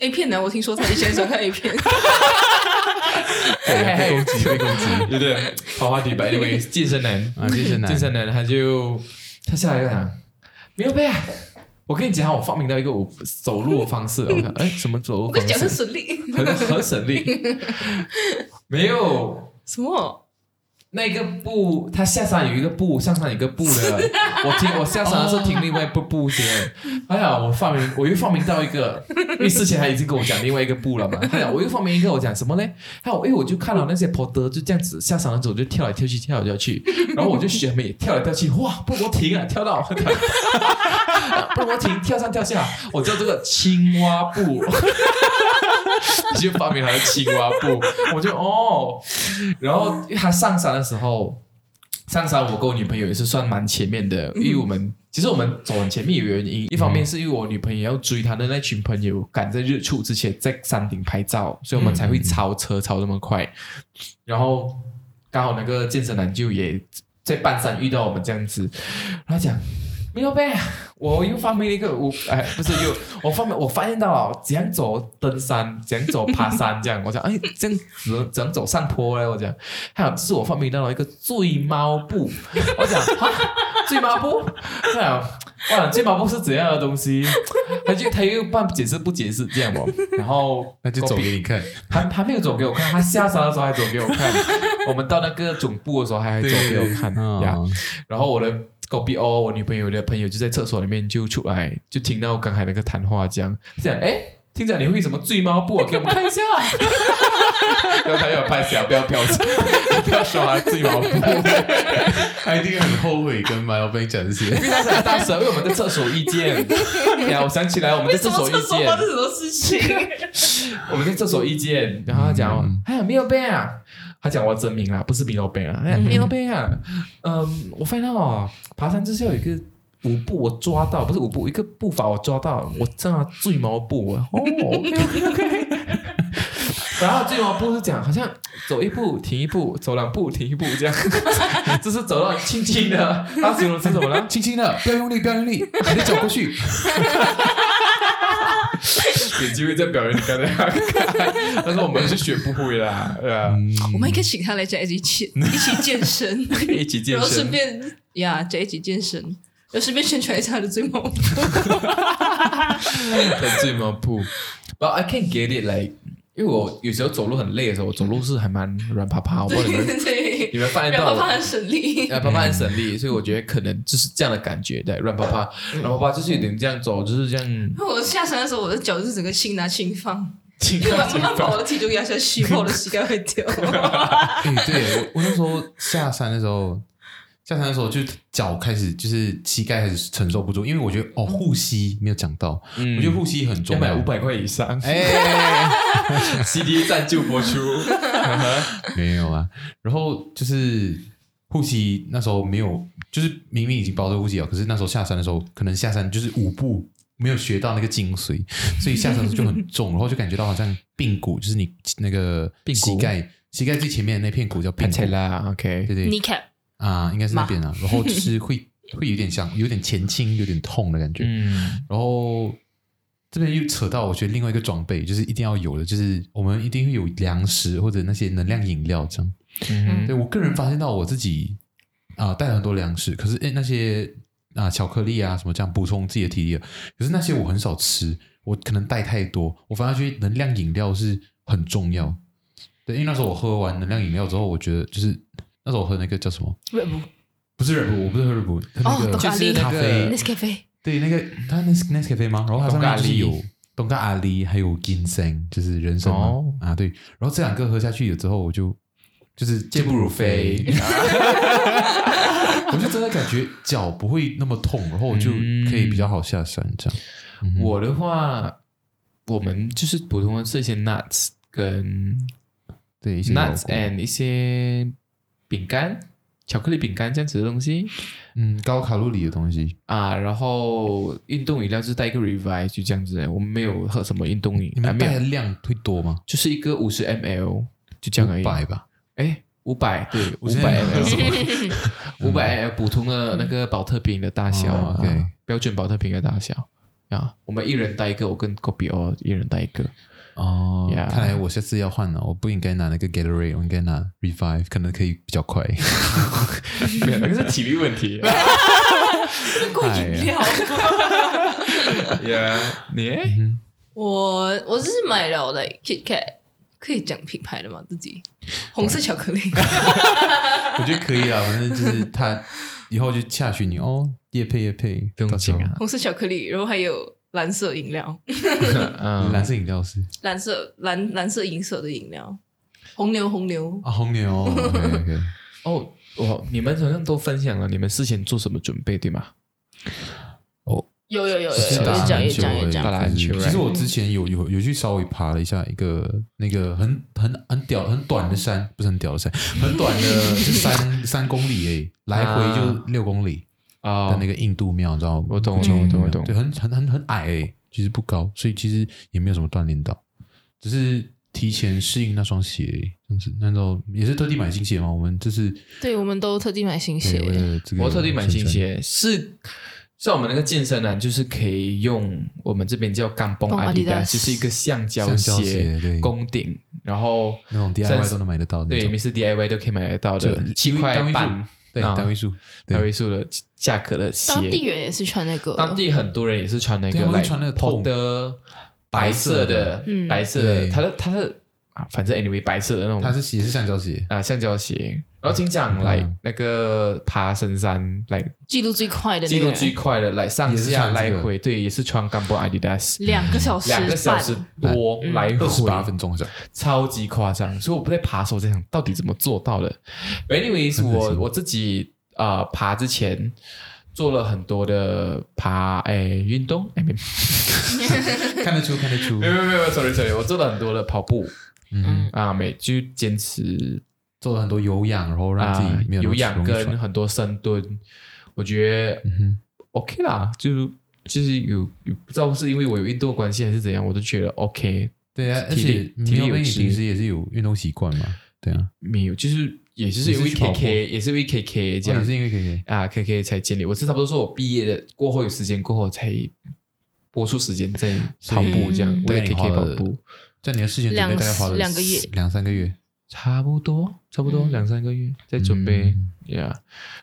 S3: ？A 片男，我听说哎他以前 喜欢看 A 片，
S1: 被攻击被攻击
S2: 对不 对？桃花底白那位健身男，
S1: 啊，健身男，
S2: 健身男他就他下来就讲，没有呗。啊我跟你讲，啊我发明到一个我走路的方式，我看，哎，什么走路
S3: 我
S2: 方
S3: 跟你讲很
S2: 式？
S3: 省力。
S2: 很很省力，没有。
S3: 什么？
S2: 那个步，它下山有一个步，上山有一个步的。我听我下山的时候听另外一个步先。哎呀，我发明我又发明到一个，因为之前他已经跟我讲另外一个步了嘛。哎呀，我又发明一个，我讲什么嘞？还有，哎，我就看到那些坡德就这样子下山的时候就跳来跳去，跳来跳去，然后我就学他们也跳来跳去，哇，不我停啊，跳到，跳到 不我停，跳上跳下，我叫这个青蛙步。 你就发明了青蛙步，我就哦，然后因为他上山的时候，上山我跟我女朋友也是算蛮前面的，因为我们其实我们走很前面有原因，一方面是因为我女朋友要追她的那群朋友赶在日出之前在山顶拍照，所以我们才会超车超那么快，然后刚好那个健身男就也在半山遇到我们这样子，然后讲。没有呗，我又发明了一个，我哎，不是又我发明，我发现到了怎样走登山，怎样走爬山，这样我讲，哎，这样子怎样走上坡嘞？我讲，还有，这是我发明到了一个醉猫步，我讲，哈，醉猫步，他讲，哇，醉猫步是怎样的东西？他就他又半解释不解释这样哦，然后
S1: 那就走给你看。
S2: 还还没有走给我看，他下山的时候还走给我看，我们到那个总部的时候还走给我看
S1: 嗯
S2: 呀。然后我的狗 B O，我女朋友的朋友就在厕所里面就出来，就听到刚才那个谈话，这样讲，哎，听讲你会什么醉猫步、啊，给我们看一下、啊。然后他又拍小不要飘，不要说他醉猫步，
S1: 他一定很后悔跟马老板讲 这些
S2: 因。为他是很大声，因为我们在厕所遇见。呀，我想起来我们在厕所遇
S3: 为什么厕所
S2: 见
S3: 发，生什么事情？
S2: 我们在厕所遇见，然后他讲
S1: 嗯，
S2: 哎呀，没有病啊。他讲我真名啦，不是米老贝啊，哎，
S3: 嗯
S2: 米老贝啊，嗯，我发现到哦，爬山就是要有一个舞步，我抓到，不是舞步，一个步伐我抓到，我正好醉毛步，我哦，OK OK OK，然后醉毛步是讲好像走一步停一步，走两步停一步这样， 就是走到轻轻的，他形容是什么呢？
S1: 轻轻的，不要用力，不要用力，把你脚 过去。
S2: 有机会再表演你刚才那个， 但是我们是学不会啦，对吧？
S3: 我们应该请他来在一起健一起健身，
S2: 一起健
S3: 然后顺
S2: 身。
S3: 便呀在一起健身，然后顺便宣传一下他的最猛。
S2: 很醉吗？不，But I can get it like，因为我有时候走路很累的时候，我走路是还蛮软趴趴，我不知道你
S3: 对
S2: 们
S3: 对对，
S2: 你们发现
S3: 然
S2: 到
S3: 后怕
S2: 了。
S3: 很省 力。
S2: 呃，啪啪很省力，所以我觉得可能就是这样的感觉，对，软趴趴，软趴趴就是有点这样走，就是这样
S3: 我下山的时候，我的脚就是整个轻拿轻放，
S2: 轻
S3: 因为
S2: 放
S3: 慢
S2: 轻
S3: 慢把我
S2: 放。
S3: 的体重压下去，怕我的膝盖会掉。
S1: 哎，对我我那时候下山的时候，下山的时候就脚开始就是膝盖开始承受不住，因为我觉得哦护膝没有讲到，
S2: 嗯
S1: 我觉得护膝很重
S2: 要买
S1: 要
S2: 五。百块以上
S1: 哎，
S2: ，CD 赞助播出。
S1: 没有啊。然后就是护膝那时候没有，就是明明已经包着护膝了，可是那时候下山的时候，可能下山就是五步。没有学到那个 精髓，所以下山的时候就很重，然后就感觉到好像髌骨，就是你那个
S2: 髌骨
S1: 膝盖膝盖最前面的那片骨叫髌
S2: 看起
S1: 骨，
S2: 来，OK，
S1: 对对，
S3: cap
S1: 啊，应该是那边啊，然后就是会 会有点像，有点前倾，有点痛的感觉。
S2: 嗯，
S1: 然后这边又扯到，我觉得另外一个装备就是一定要有的，就是我们一定会有粮食或者那些能量饮料这样。
S2: 嗯
S1: 对我个人发现到我自己啊、带了很多粮食，可是诶那些啊、巧克力啊什么这样补充自己的体力的，啊可是那些我很少吃，我可能带太多，我反而觉得能量饮料是很重要。对，因为那时候我喝完能量饮料之后，我觉得就是那时候我喝那个叫什么？不是热补，我不是喝热补，它那
S3: 哦
S1: 个
S3: 懂
S1: 就
S3: 咖
S1: 是
S3: 喱
S1: 咖啡，
S3: Nescafe
S1: 对，那个它那那 s c a f e 吗？然后它上面就是有
S2: 懂咖
S1: 东咖阿里，还有金生，就是人参嘛、
S2: 哦
S1: 啊，对。然后这两个喝下去了之后，我就就是
S2: 健步如飞，
S1: 我就真的感觉脚不会那么痛，然后我就可以比较好下山这样。嗯哼
S2: 我的话，我们就是普通的这些 nuts 跟
S1: 对一些
S2: nuts
S1: 高
S2: and 一些饼干、巧克力饼干这样子的东西
S1: 嗯高卡路里的东西，
S2: 啊，然后运动饮料就是带一个 revive 就这样子，我们没有喝什么运动饮，
S1: 你
S2: 啊
S1: 们
S2: 没
S1: 带的
S2: 有，
S1: 量会多吗？
S2: 就是一个五十 ml 就这样而已，
S1: 五百吧，
S2: 哎，五百对，五
S1: 我现
S2: 百
S1: 在
S2: ml，五百 ml 普通的那个保特瓶的大小、
S1: 哦，OK
S2: 啊标准保特瓶的大小啊，我们一人带一个，我跟 k o b i 哦一人带一个。
S1: 哦
S2: Yeah
S1: 看来我下次要换了，我不应该拿那个 Gatorade，我应该拿 Revive，可能可以比较快。
S2: 没有，那个是体力问题。啊
S3: 过饮料。
S2: yeah，你
S1: 嗯
S3: 我我是买了 like Kit Kat，可以讲品牌的吗？自己红色巧克 力，
S1: 我觉得可以啊，反正就是他以后就洽取你哦，叶配叶配，
S2: 不用
S1: 到时候
S2: 紧啊
S3: 红色巧克力，然后还有蓝色饮料，
S2: 嗯，
S1: 蓝色饮料是
S3: 蓝色蓝蓝色银色的饮料，红牛红牛，
S1: 啊，红 牛哦 OK，OK
S2: 哦，我你们好像都分享了你们事前做什么准备，对吗？
S3: 有有有有
S1: 是
S3: 有
S1: 打篮
S3: 讲有
S1: 球
S3: 讲有
S1: 而已
S2: 打
S3: 讲，
S2: 篮球
S1: 就是
S2: right
S1: 其实我之前有有有去稍微爬了一下一个那个很很很屌很短的山，不是很屌的山，很短的 就三三公里诶，来回就
S2: 啊
S1: 六公里
S2: 啊
S1: 的那个印度庙，你知道吗？
S2: 我懂，我
S1: 就
S2: 懂，我懂，
S3: 嗯
S2: 我懂
S1: 对，。很很很很矮诶，其实不高，所以其实也没有什么锻炼到，只是提前适应那双鞋而已，这样子。难道也是特地买新鞋吗？我们这是
S3: 对我们都特地买新
S1: 对为了这个
S2: 我特地买新
S1: 宣
S2: 鞋，
S1: 传，
S2: 是像我们那个健身篮，就是可以用我们这边叫钢蹦
S3: 蹦
S2: 阿迪达，
S3: Adidas
S2: 就是一个橡胶
S1: 橡胶鞋对
S2: 拱顶，然后
S1: 那种 DIY 都能买得到的那
S2: 对，
S1: 种，
S2: 每次 DIY 都可以买得到
S1: 就
S2: 的，七块
S1: 单位数
S2: 半，
S1: 对
S2: 啊
S1: 单位数，对
S2: 单位数的价格的鞋。
S3: 当地人也是穿那个，
S2: 当地很多人也是穿那
S1: 对
S2: 个
S1: 他们
S2: 来
S1: 会穿那个透
S2: 的白色的
S3: 嗯，
S2: 白色的，
S1: 对
S2: 它的它的啊，反正 anyway 白色的那种，
S1: 它是鞋是橡胶鞋，
S2: 啊橡胶鞋。然后经常来
S1: 嗯
S2: 那个爬深山，来
S3: 记录最快的那
S2: 进入
S3: 个，
S2: 最快的，来上
S1: 也是
S2: 下
S1: 穿
S2: 来
S1: 这个
S2: 回，对，也是穿干波 Adidas，
S3: 两个小时
S2: 两个小时
S3: 半
S2: 多
S3: 嗯
S2: 来
S1: 二十
S2: 回，
S1: 八分钟好像。
S2: 超级夸张。所以我不在爬的时候，我在想到底怎么做到的。Anyways，
S1: 很可
S2: 我
S1: 惜
S2: 我自己啊、呃爬之前做了很多的爬诶运动，哎没
S1: 看得出，看得出
S2: 没有没有没有，sorry sorry，我做了很多的跑步
S1: 嗯，
S2: 啊，每就坚持
S1: 做了很多有氧，然后让自
S2: 啊
S1: 己没有那
S2: 有
S1: 么
S2: 氧
S1: 容易
S2: 跟
S1: 喘
S2: 很多深蹲，我觉得
S1: 嗯
S2: OK 啦，就是就是有有不知道是因为我有运动的关系还是怎样，我都觉得 OK，
S1: 对啊，而
S2: 体
S1: 且
S2: 力
S1: 你
S2: 体力
S1: 因为
S2: 有
S1: 你
S2: 吃
S1: 平时也是有运动习惯嘛，对啊，
S2: 没有，就是也就是因
S1: 你
S2: 为
S1: 是去跑步
S2: KK，也是因为 KK 这
S1: 这
S2: 样
S1: 哦也是因为可以
S2: 啊，KK 才建立。我是差不多说我毕业的过后有时间过后才播出时间在跑步这样
S3: 嗯，
S2: 我也
S1: 对你
S2: KK
S1: 花
S2: 跑
S1: 了
S2: 步，
S1: 在你的事情准备
S3: 两
S1: 大概花了
S3: 两个月
S1: 两三个月，
S2: 差不多差不多
S3: 嗯
S2: 两三个月在准备
S1: 嗯
S2: 呀。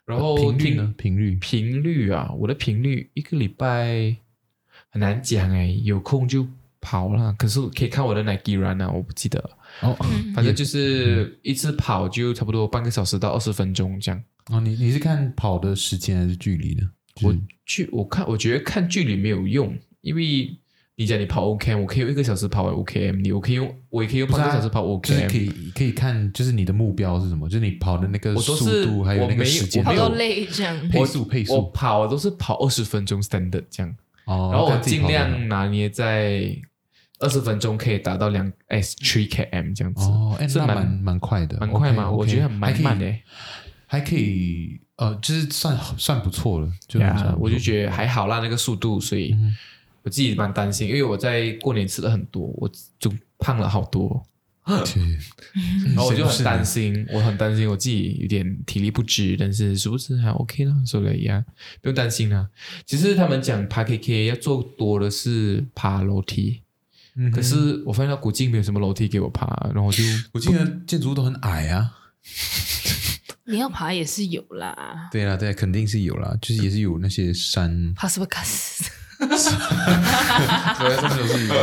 S2: 然后
S1: 频率呢
S2: 听？
S1: 频率
S2: 频率啊，我的频率一个礼拜很难讲哎，有空就跑啦。可是可以看我的 Nike Run 啊，我不记得了，
S1: 哦
S3: 嗯
S2: 反正就是一次跑就差不多半个小时到二十分钟这样。
S1: 哦，你你是看跑的时间还是距离呢？
S2: 我
S1: 就是
S2: 距我看，我觉得看距离没有用，因为你讲你跑 OK，我可以用一个小时跑 OKM，你我可以用，我也可以用
S1: 不是
S2: 半
S1: 啊
S2: 个小时跑
S1: 就是可
S2: OKM。
S1: 以可以看，就是你的目标是什么？就是你跑的那个
S2: 我都
S1: 速
S2: 是
S1: 度，还有
S2: 我
S1: 那个
S2: 没
S1: 时间
S2: 我
S3: 跑
S2: 没有
S3: 到累这样。
S1: 配速配
S2: 我
S1: 速
S2: 跑都是跑二十分钟 standard 这样，
S1: 哦，
S2: 然后我
S1: 看自己
S2: 尽
S1: 跑多
S2: 量拿捏在二十分钟可以达到两哎 S three km 这样子，
S1: 哦，哎，
S2: 是
S1: 那
S2: 蛮
S1: 蛮蛮快的，
S2: 蛮快嘛，
S1: OK，OK
S2: 我觉得蛮慢的、，
S1: 还可以还可以，呃，就是算算不错了，就
S2: 对
S1: 很算
S2: 啊
S1: 不，错
S2: 我就觉得还好啦，那个速度，所以
S1: 嗯
S2: 我自己蛮担心，因为我在过年吃了很多，我就胖了好多。
S1: 对
S2: 然后我就很担。
S1: 嗯谁不是呢
S2: 心，我很担心我自己有点体力不支，但是殊不知还 OK 啦，所以呀，不用担心啦。其实他们讲爬 KK 要做多的是爬楼梯，
S1: 嗯
S2: 可是我发现到古晋没有什么楼梯给我爬，然后我就
S1: 我记得建筑物都很矮啊。
S3: 你要爬也是有啦，
S1: 对啦，对啊，肯定是有啦，就是也是有那些山，
S3: 爬什么卡斯？
S1: 对啊，上面都是一个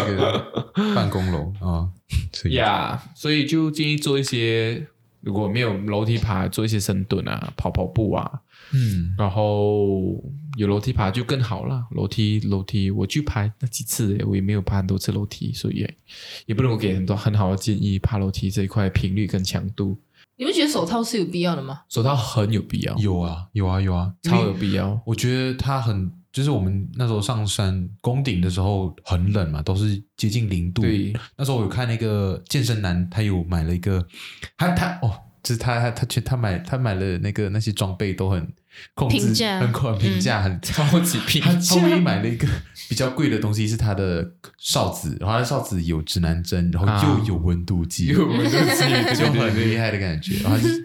S1: 办公 楼啊，所以
S2: 呀所以就建议做一些如果没有楼梯爬，做一些深蹲啊，跑跑步啊，
S1: 嗯，
S2: 然后有楼梯爬就更好啦。楼梯楼梯，我去爬那几次耶，我也没有爬很多次楼梯，所以也不能够给很多很好的建议。爬楼梯这一块频率跟强度，
S3: 你们觉得手套是有必要的吗？
S2: 手套很有必要，
S1: 有啊，有啊，有啊，
S2: 超有
S1: 因为
S2: 必要。
S1: 我觉得它很，就是我们那时候上山攻顶的时候很冷嘛，都是接近零度，
S2: 对，
S1: 那时候我有看那个健身男，他有买了一个，他他哦，就是他他他去他买他买了那个那些装备都很控制，
S3: 平价
S1: 很很平价，很
S2: 超级平
S1: 他他唯一买了一个比较贵的东西是他的哨子，然后他的哨子有指南针，然
S2: 啊
S1: 后又有温 度计，
S2: 有温度计
S1: 就
S2: 对对
S1: 很
S2: 对
S1: 厉害的感觉。然后 他就是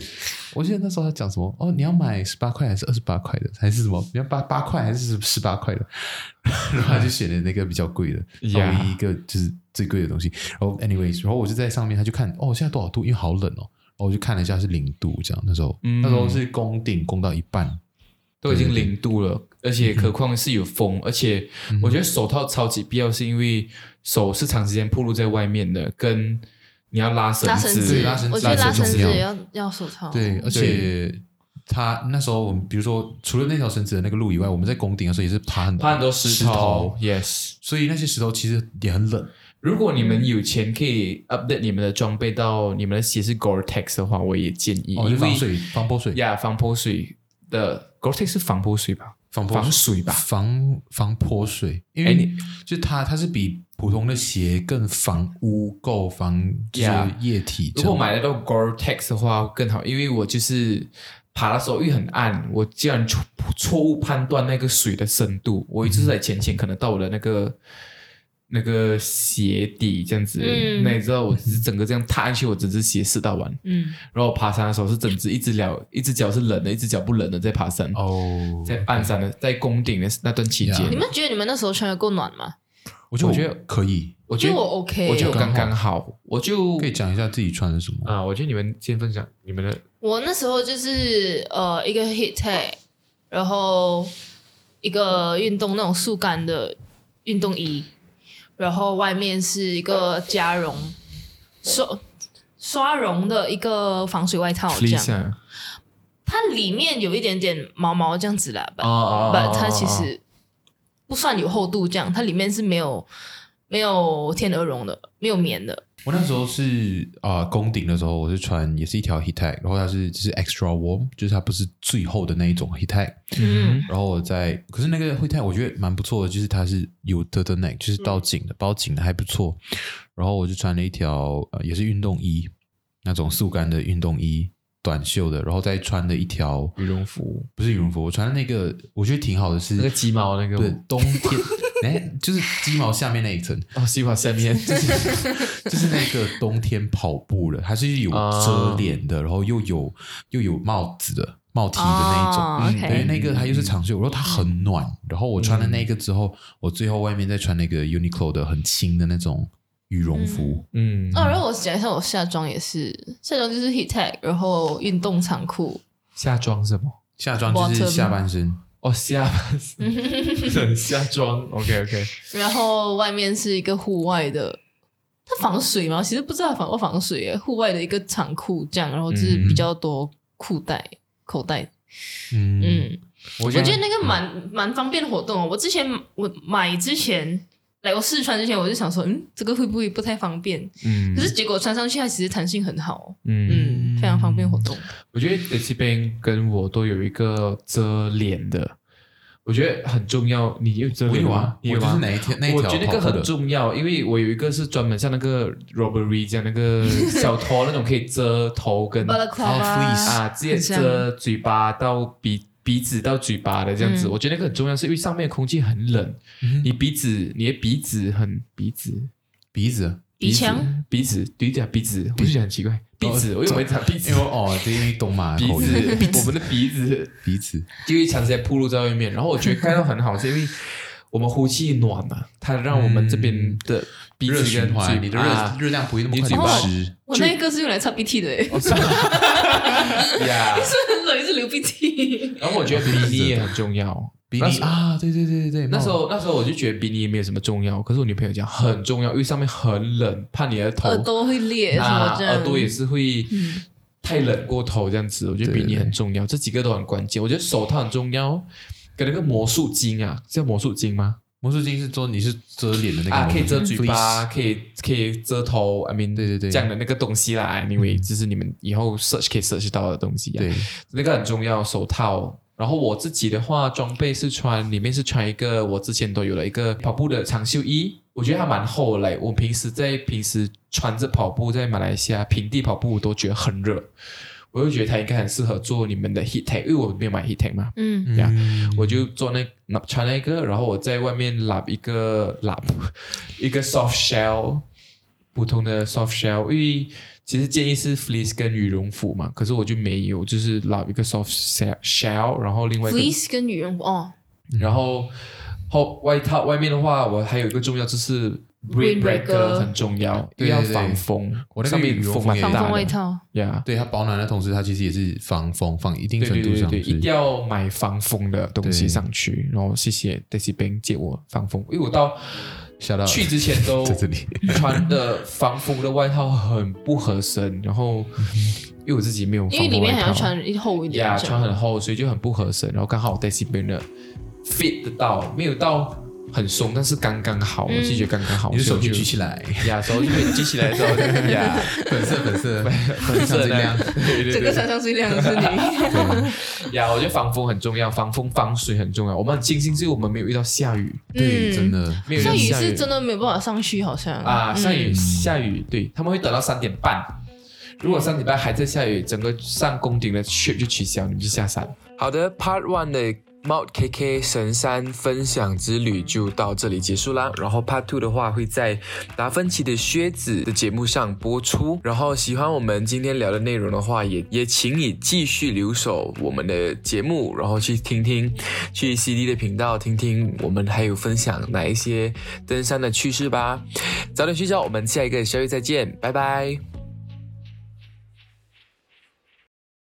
S1: 我记得那时候他讲什么哦，你要买十八块还是二十八块的，还是什么？你要八八块还是十八块的？ 然后他就选了那个比较贵的，然后
S2: Yeah
S1: 唯一一个就是最贵的东西。然后 anyways，然后我就在上面，他就看哦，现在多少度？因为好冷哦。然后我就看了一下是零度这样，那时候、
S2: 嗯哦
S1: 那时候是攻顶攻到一半，
S2: 都已经零度了，而且何况是有风，而且我觉得手套超级必要，是因为手是长时间暴露在外面的，跟你要拉绳
S3: 拉绳
S2: 子，
S3: 子
S1: 对拉绳，子
S3: 我觉得拉
S1: 拉绳
S3: 绳
S1: 子
S3: 子
S1: 很重
S3: 要要手套。
S1: 对，而且他那时候我们比如说除了那条绳子的那个路以外，我们在拱顶的时候也是爬很
S2: 爬很多
S1: 石
S2: 石头。Yes，
S1: 所以那些石头其实也很冷。
S2: 如果你们
S1: 嗯
S2: 有钱可以 update 你们的装备到你们的鞋是 Gore-Tex 的话，我也建议，
S1: 哦，就
S2: 因为
S1: 防水、防泼水、
S2: 呀防泼水的 Gore-Tex 是防泼水吧？
S1: 防
S2: 防水吧？
S1: 防防泼水，因
S2: 哎
S1: 为
S2: 你
S1: 就它它是比普通的鞋更防污垢、防就是
S2: 呀
S1: 液体这
S2: 如
S1: 样。
S2: 果买得到 Gore-Tex 的话更好，因为我就是爬的时候因为很暗，我竟然错错误判断那个水的深度，我一直在浅浅，可能到我的那个。那个鞋底这样子，
S3: 嗯
S2: 那你知道我只是整个这样踏下去，我整只鞋试到完。
S3: 嗯，
S2: 然后我爬山的时候是整只一只脚一只脚是冷的，一只脚不冷的在爬山。
S1: 哦，
S2: 在半山的，在宫顶的那段期间
S1: Yeah
S3: 你们觉得你们那时候穿的够暖吗？
S1: 我觉得
S2: 我觉
S1: 我
S2: 得
S1: 可以，
S2: 我
S3: 我
S2: 觉得
S3: 我 OK，
S2: 我觉得我
S1: 刚
S2: 刚刚
S1: 好
S2: 好，我就
S1: 可以讲一下自己穿的什么。
S2: 啊，我觉得你们先分享你们的
S3: 我那时候就是呃一个 hit tag，然后一个运动那种速干的运动衣，然后外面是一个加绒刷刷绒的一个防水外套，这
S2: please
S3: 样。
S2: 啊
S3: 它里面有一点点毛毛这样子啦，吧、
S2: 哦
S3: 但它其实不算有厚度，这样它里面是没有没有天鹅绒的，没有棉的。
S1: 我那时候是啊，攻顶的时候，我是穿也是一条 heat tag，然后它是就是 extra warm，就是它不是最厚的那一种 heat tag。
S3: 嗯
S1: 然后我在，可是那个 heat tag 我觉得蛮不错的，就是它是有 t u t neck，就是到颈的，包颈的还不错。然后我就穿了一条、呃、也是运动衣，那种速干的运动衣，短袖的，然后再穿的一条
S2: 羽绒服，
S1: 不是羽绒服，我穿的那个我觉得挺好的是，
S2: 那个鸡毛那个
S1: 对冬天，哎，就是鸡毛下面那一层，
S2: 哦，西瓜下 面
S1: 就是那个冬天跑步的，它是有
S2: 啊
S1: 遮脸的，然后又有又有帽子的帽 T 的那一种。
S3: 哦
S2: 嗯
S1: 因为
S3: ，OK，
S1: 那个它又是长袖，然后它很暖，然后我穿了那个之后，我最后外面再穿那个 Uniqlo 的很轻的那种羽绒服，
S2: 嗯
S3: 哦，然后我讲一下我夏装也是，夏装就是 heat tag，然后运动长裤，
S2: 夏装是吗？
S1: 夏装就是
S3: Bottom
S1: 下半身，
S2: 哦，夏夏装，OK OK，
S3: 然后外面是一个户外的，它防水吗？其实不知道防不防水耶，户外的一个长裤这样，然后就是比较多裤带、口袋，
S1: 嗯，
S3: 嗯，
S2: 我
S3: 我觉得那个蛮蛮方便的活动哦。我之前我买之前。来我试穿之前，我就想说，嗯，这个会不会不太方便？
S2: 嗯
S3: 可是结果穿上去，它其实弹性很好哦，
S2: 嗯，
S3: 嗯，非常方便活动。
S2: 我觉得这边跟我都有一个遮脸的，我觉得很重要，你有遮
S1: 我
S2: 脸
S1: 有
S2: 吗
S1: 啊，
S2: 你
S1: 我
S2: 有
S1: 就是
S2: 吗？
S1: 哪一天那一
S2: 我
S1: 条
S2: 觉得那
S1: 跑
S2: 个
S1: 步
S2: 很
S1: 的，
S2: 重要，因为我有一个是专门像那个 robbery 这样那个小偷那种可以遮头跟
S3: 巴拉克拉巴
S1: fleece
S2: 啊，直接遮嘴巴到鼻鼻子到嘴巴的这样子，
S3: 嗯
S2: 我觉得那个很重要，是因为上面的空气很冷，
S1: 嗯
S2: 你鼻子你的鼻子很鼻子
S1: 鼻子，
S3: 鼻腔，
S2: 鼻子对讲鼻子，我就觉得很奇怪，鼻子我有没有 讲鼻子
S1: 哦因为？哦，对，因为东 马
S2: 鼻
S1: 口音
S2: 子，我们的鼻子
S1: 鼻子，
S2: 就会长时间暴露在外面。然后我觉得开到很好，是因为我们呼吸暖嘛，它让我们这边的鼻子
S1: 热
S2: 跟
S1: 循环，啊
S2: 嘴啊
S1: 你的
S2: 巴
S1: 热热量不会那么
S2: 你
S1: 快
S2: 嘴
S1: 流
S3: 巴
S1: 失，
S3: 我那一个是用来擦鼻涕的 耶，
S2: 哦呀。
S3: 很冷，是流 鼻涕。
S2: 然后我觉得比你也很重要。
S1: 鼻
S2: 那
S1: 涕
S2: 时候
S1: 啊，对对对对对，
S2: 那时候那时候我就觉得比你也没有什么重要，可是我女朋友讲很重要，因为上面很冷，怕你的头
S3: 耳朵会裂什么
S2: 啊
S3: 这样，
S2: 耳朵也是会
S3: 嗯
S2: 太冷过头这样子。我觉得比你很重要，这几个都很关键。我觉得手套很重要，哦跟那个魔术巾啊，是叫魔术巾吗？
S1: 魔术巾是说你是遮脸的那个
S2: 啊，
S1: 魔术
S2: 可以遮
S1: 巾
S2: 嘴巴，可以可以遮头，I mean，
S1: 对对对
S2: 这样的那个东西啦。Anyway，这是你们以后 search 可以 search 到的东西啊。
S1: 对，
S2: 那个很重要，手套。然后我自己的话，装备是穿里面是穿一个我之前都有了一个跑步的长袖衣，我觉得它蛮厚嘞。我平时在平时穿着跑步，在马来西亚平地跑步，我都觉得很热，我就觉得它应该很适合做你们的 heat tag，因为我没有买 heat tag 嘛，
S3: 嗯，
S2: 呀
S1: 嗯
S2: 我就做那那穿那个，然后我在外面拉一个拉一个 soft shell，普通的 soft shell，因为其实建议是 fleece 跟羽绒服嘛，可是我就没有，就是拉一个 soft shell- shell，然后另外一个
S3: fleece 跟羽绒服哦，
S2: 然后后外套外面的话，我还有一个重要就是
S3: Rain
S2: rain breaker
S3: breaker
S2: 很重要，
S1: 对对
S2: 要
S1: 对
S2: 防风，
S1: 我那个
S2: 上面
S1: 羽绒服
S2: 风蛮
S1: 也
S2: 大
S3: 防
S2: 的
S3: 风外套，
S2: 呀。
S1: 对它保暖的同时，它其实也是防风，防一定
S2: 对
S1: 程
S2: 对
S1: 度
S2: 对
S1: 上
S2: 对，
S1: 是
S2: 一定要买防风的东西上去。然后谢谢 Daisy Bang 借我防风，因为我到
S1: 吓到
S5: 去之前 都
S1: 在这里，
S5: 穿的防风的外套很不合身，然后
S2: 嗯
S5: 因为我自己没有防
S3: 因为里
S5: 风外
S3: 面
S5: 套
S3: 还要穿厚一点
S5: 呀，
S3: 这
S5: 穿
S3: 样
S5: 很厚，所以就很不合身。然后刚好我戴西边的 fit 得到，没有到很松，但是刚刚好，我
S3: 嗯
S5: 就觉得刚刚好。
S1: 你的手
S5: 所以
S1: 机
S5: 我就
S1: 举起来，
S5: 呀，手就被举起来的时候，呀，
S1: 粉色粉色，
S5: 很
S1: 色的
S5: 亮，对对
S3: 整个
S5: 对。
S3: 山上最亮的是 你，
S5: 呀，我觉得防风很重要，防风防水很重要。我们很庆幸是我们没有遇到下雨，
S1: 对，真的，
S5: 没有遇到
S3: 下雨
S5: 下
S3: 是真的没有办法上去，好像
S5: 啊，下雨、
S1: 嗯
S5: 下雨，对他们会等到三点半。如果三点半还在下雨，整个上宫顶的 trip 就取消，你们就下山。好的，Part One 的 Mount KK 神山分享之旅就到这里结束啦。然后 Part Two 的话会在达芬奇的靴子的节目上播出。然后喜欢我们今天聊的内容的话，也也请你继续留守我们的节目，然后去听听，去 CD 的频道听听我们还有分享哪一些登山的趣事吧。早点睡觉，我们下一个宵夜再见，拜拜。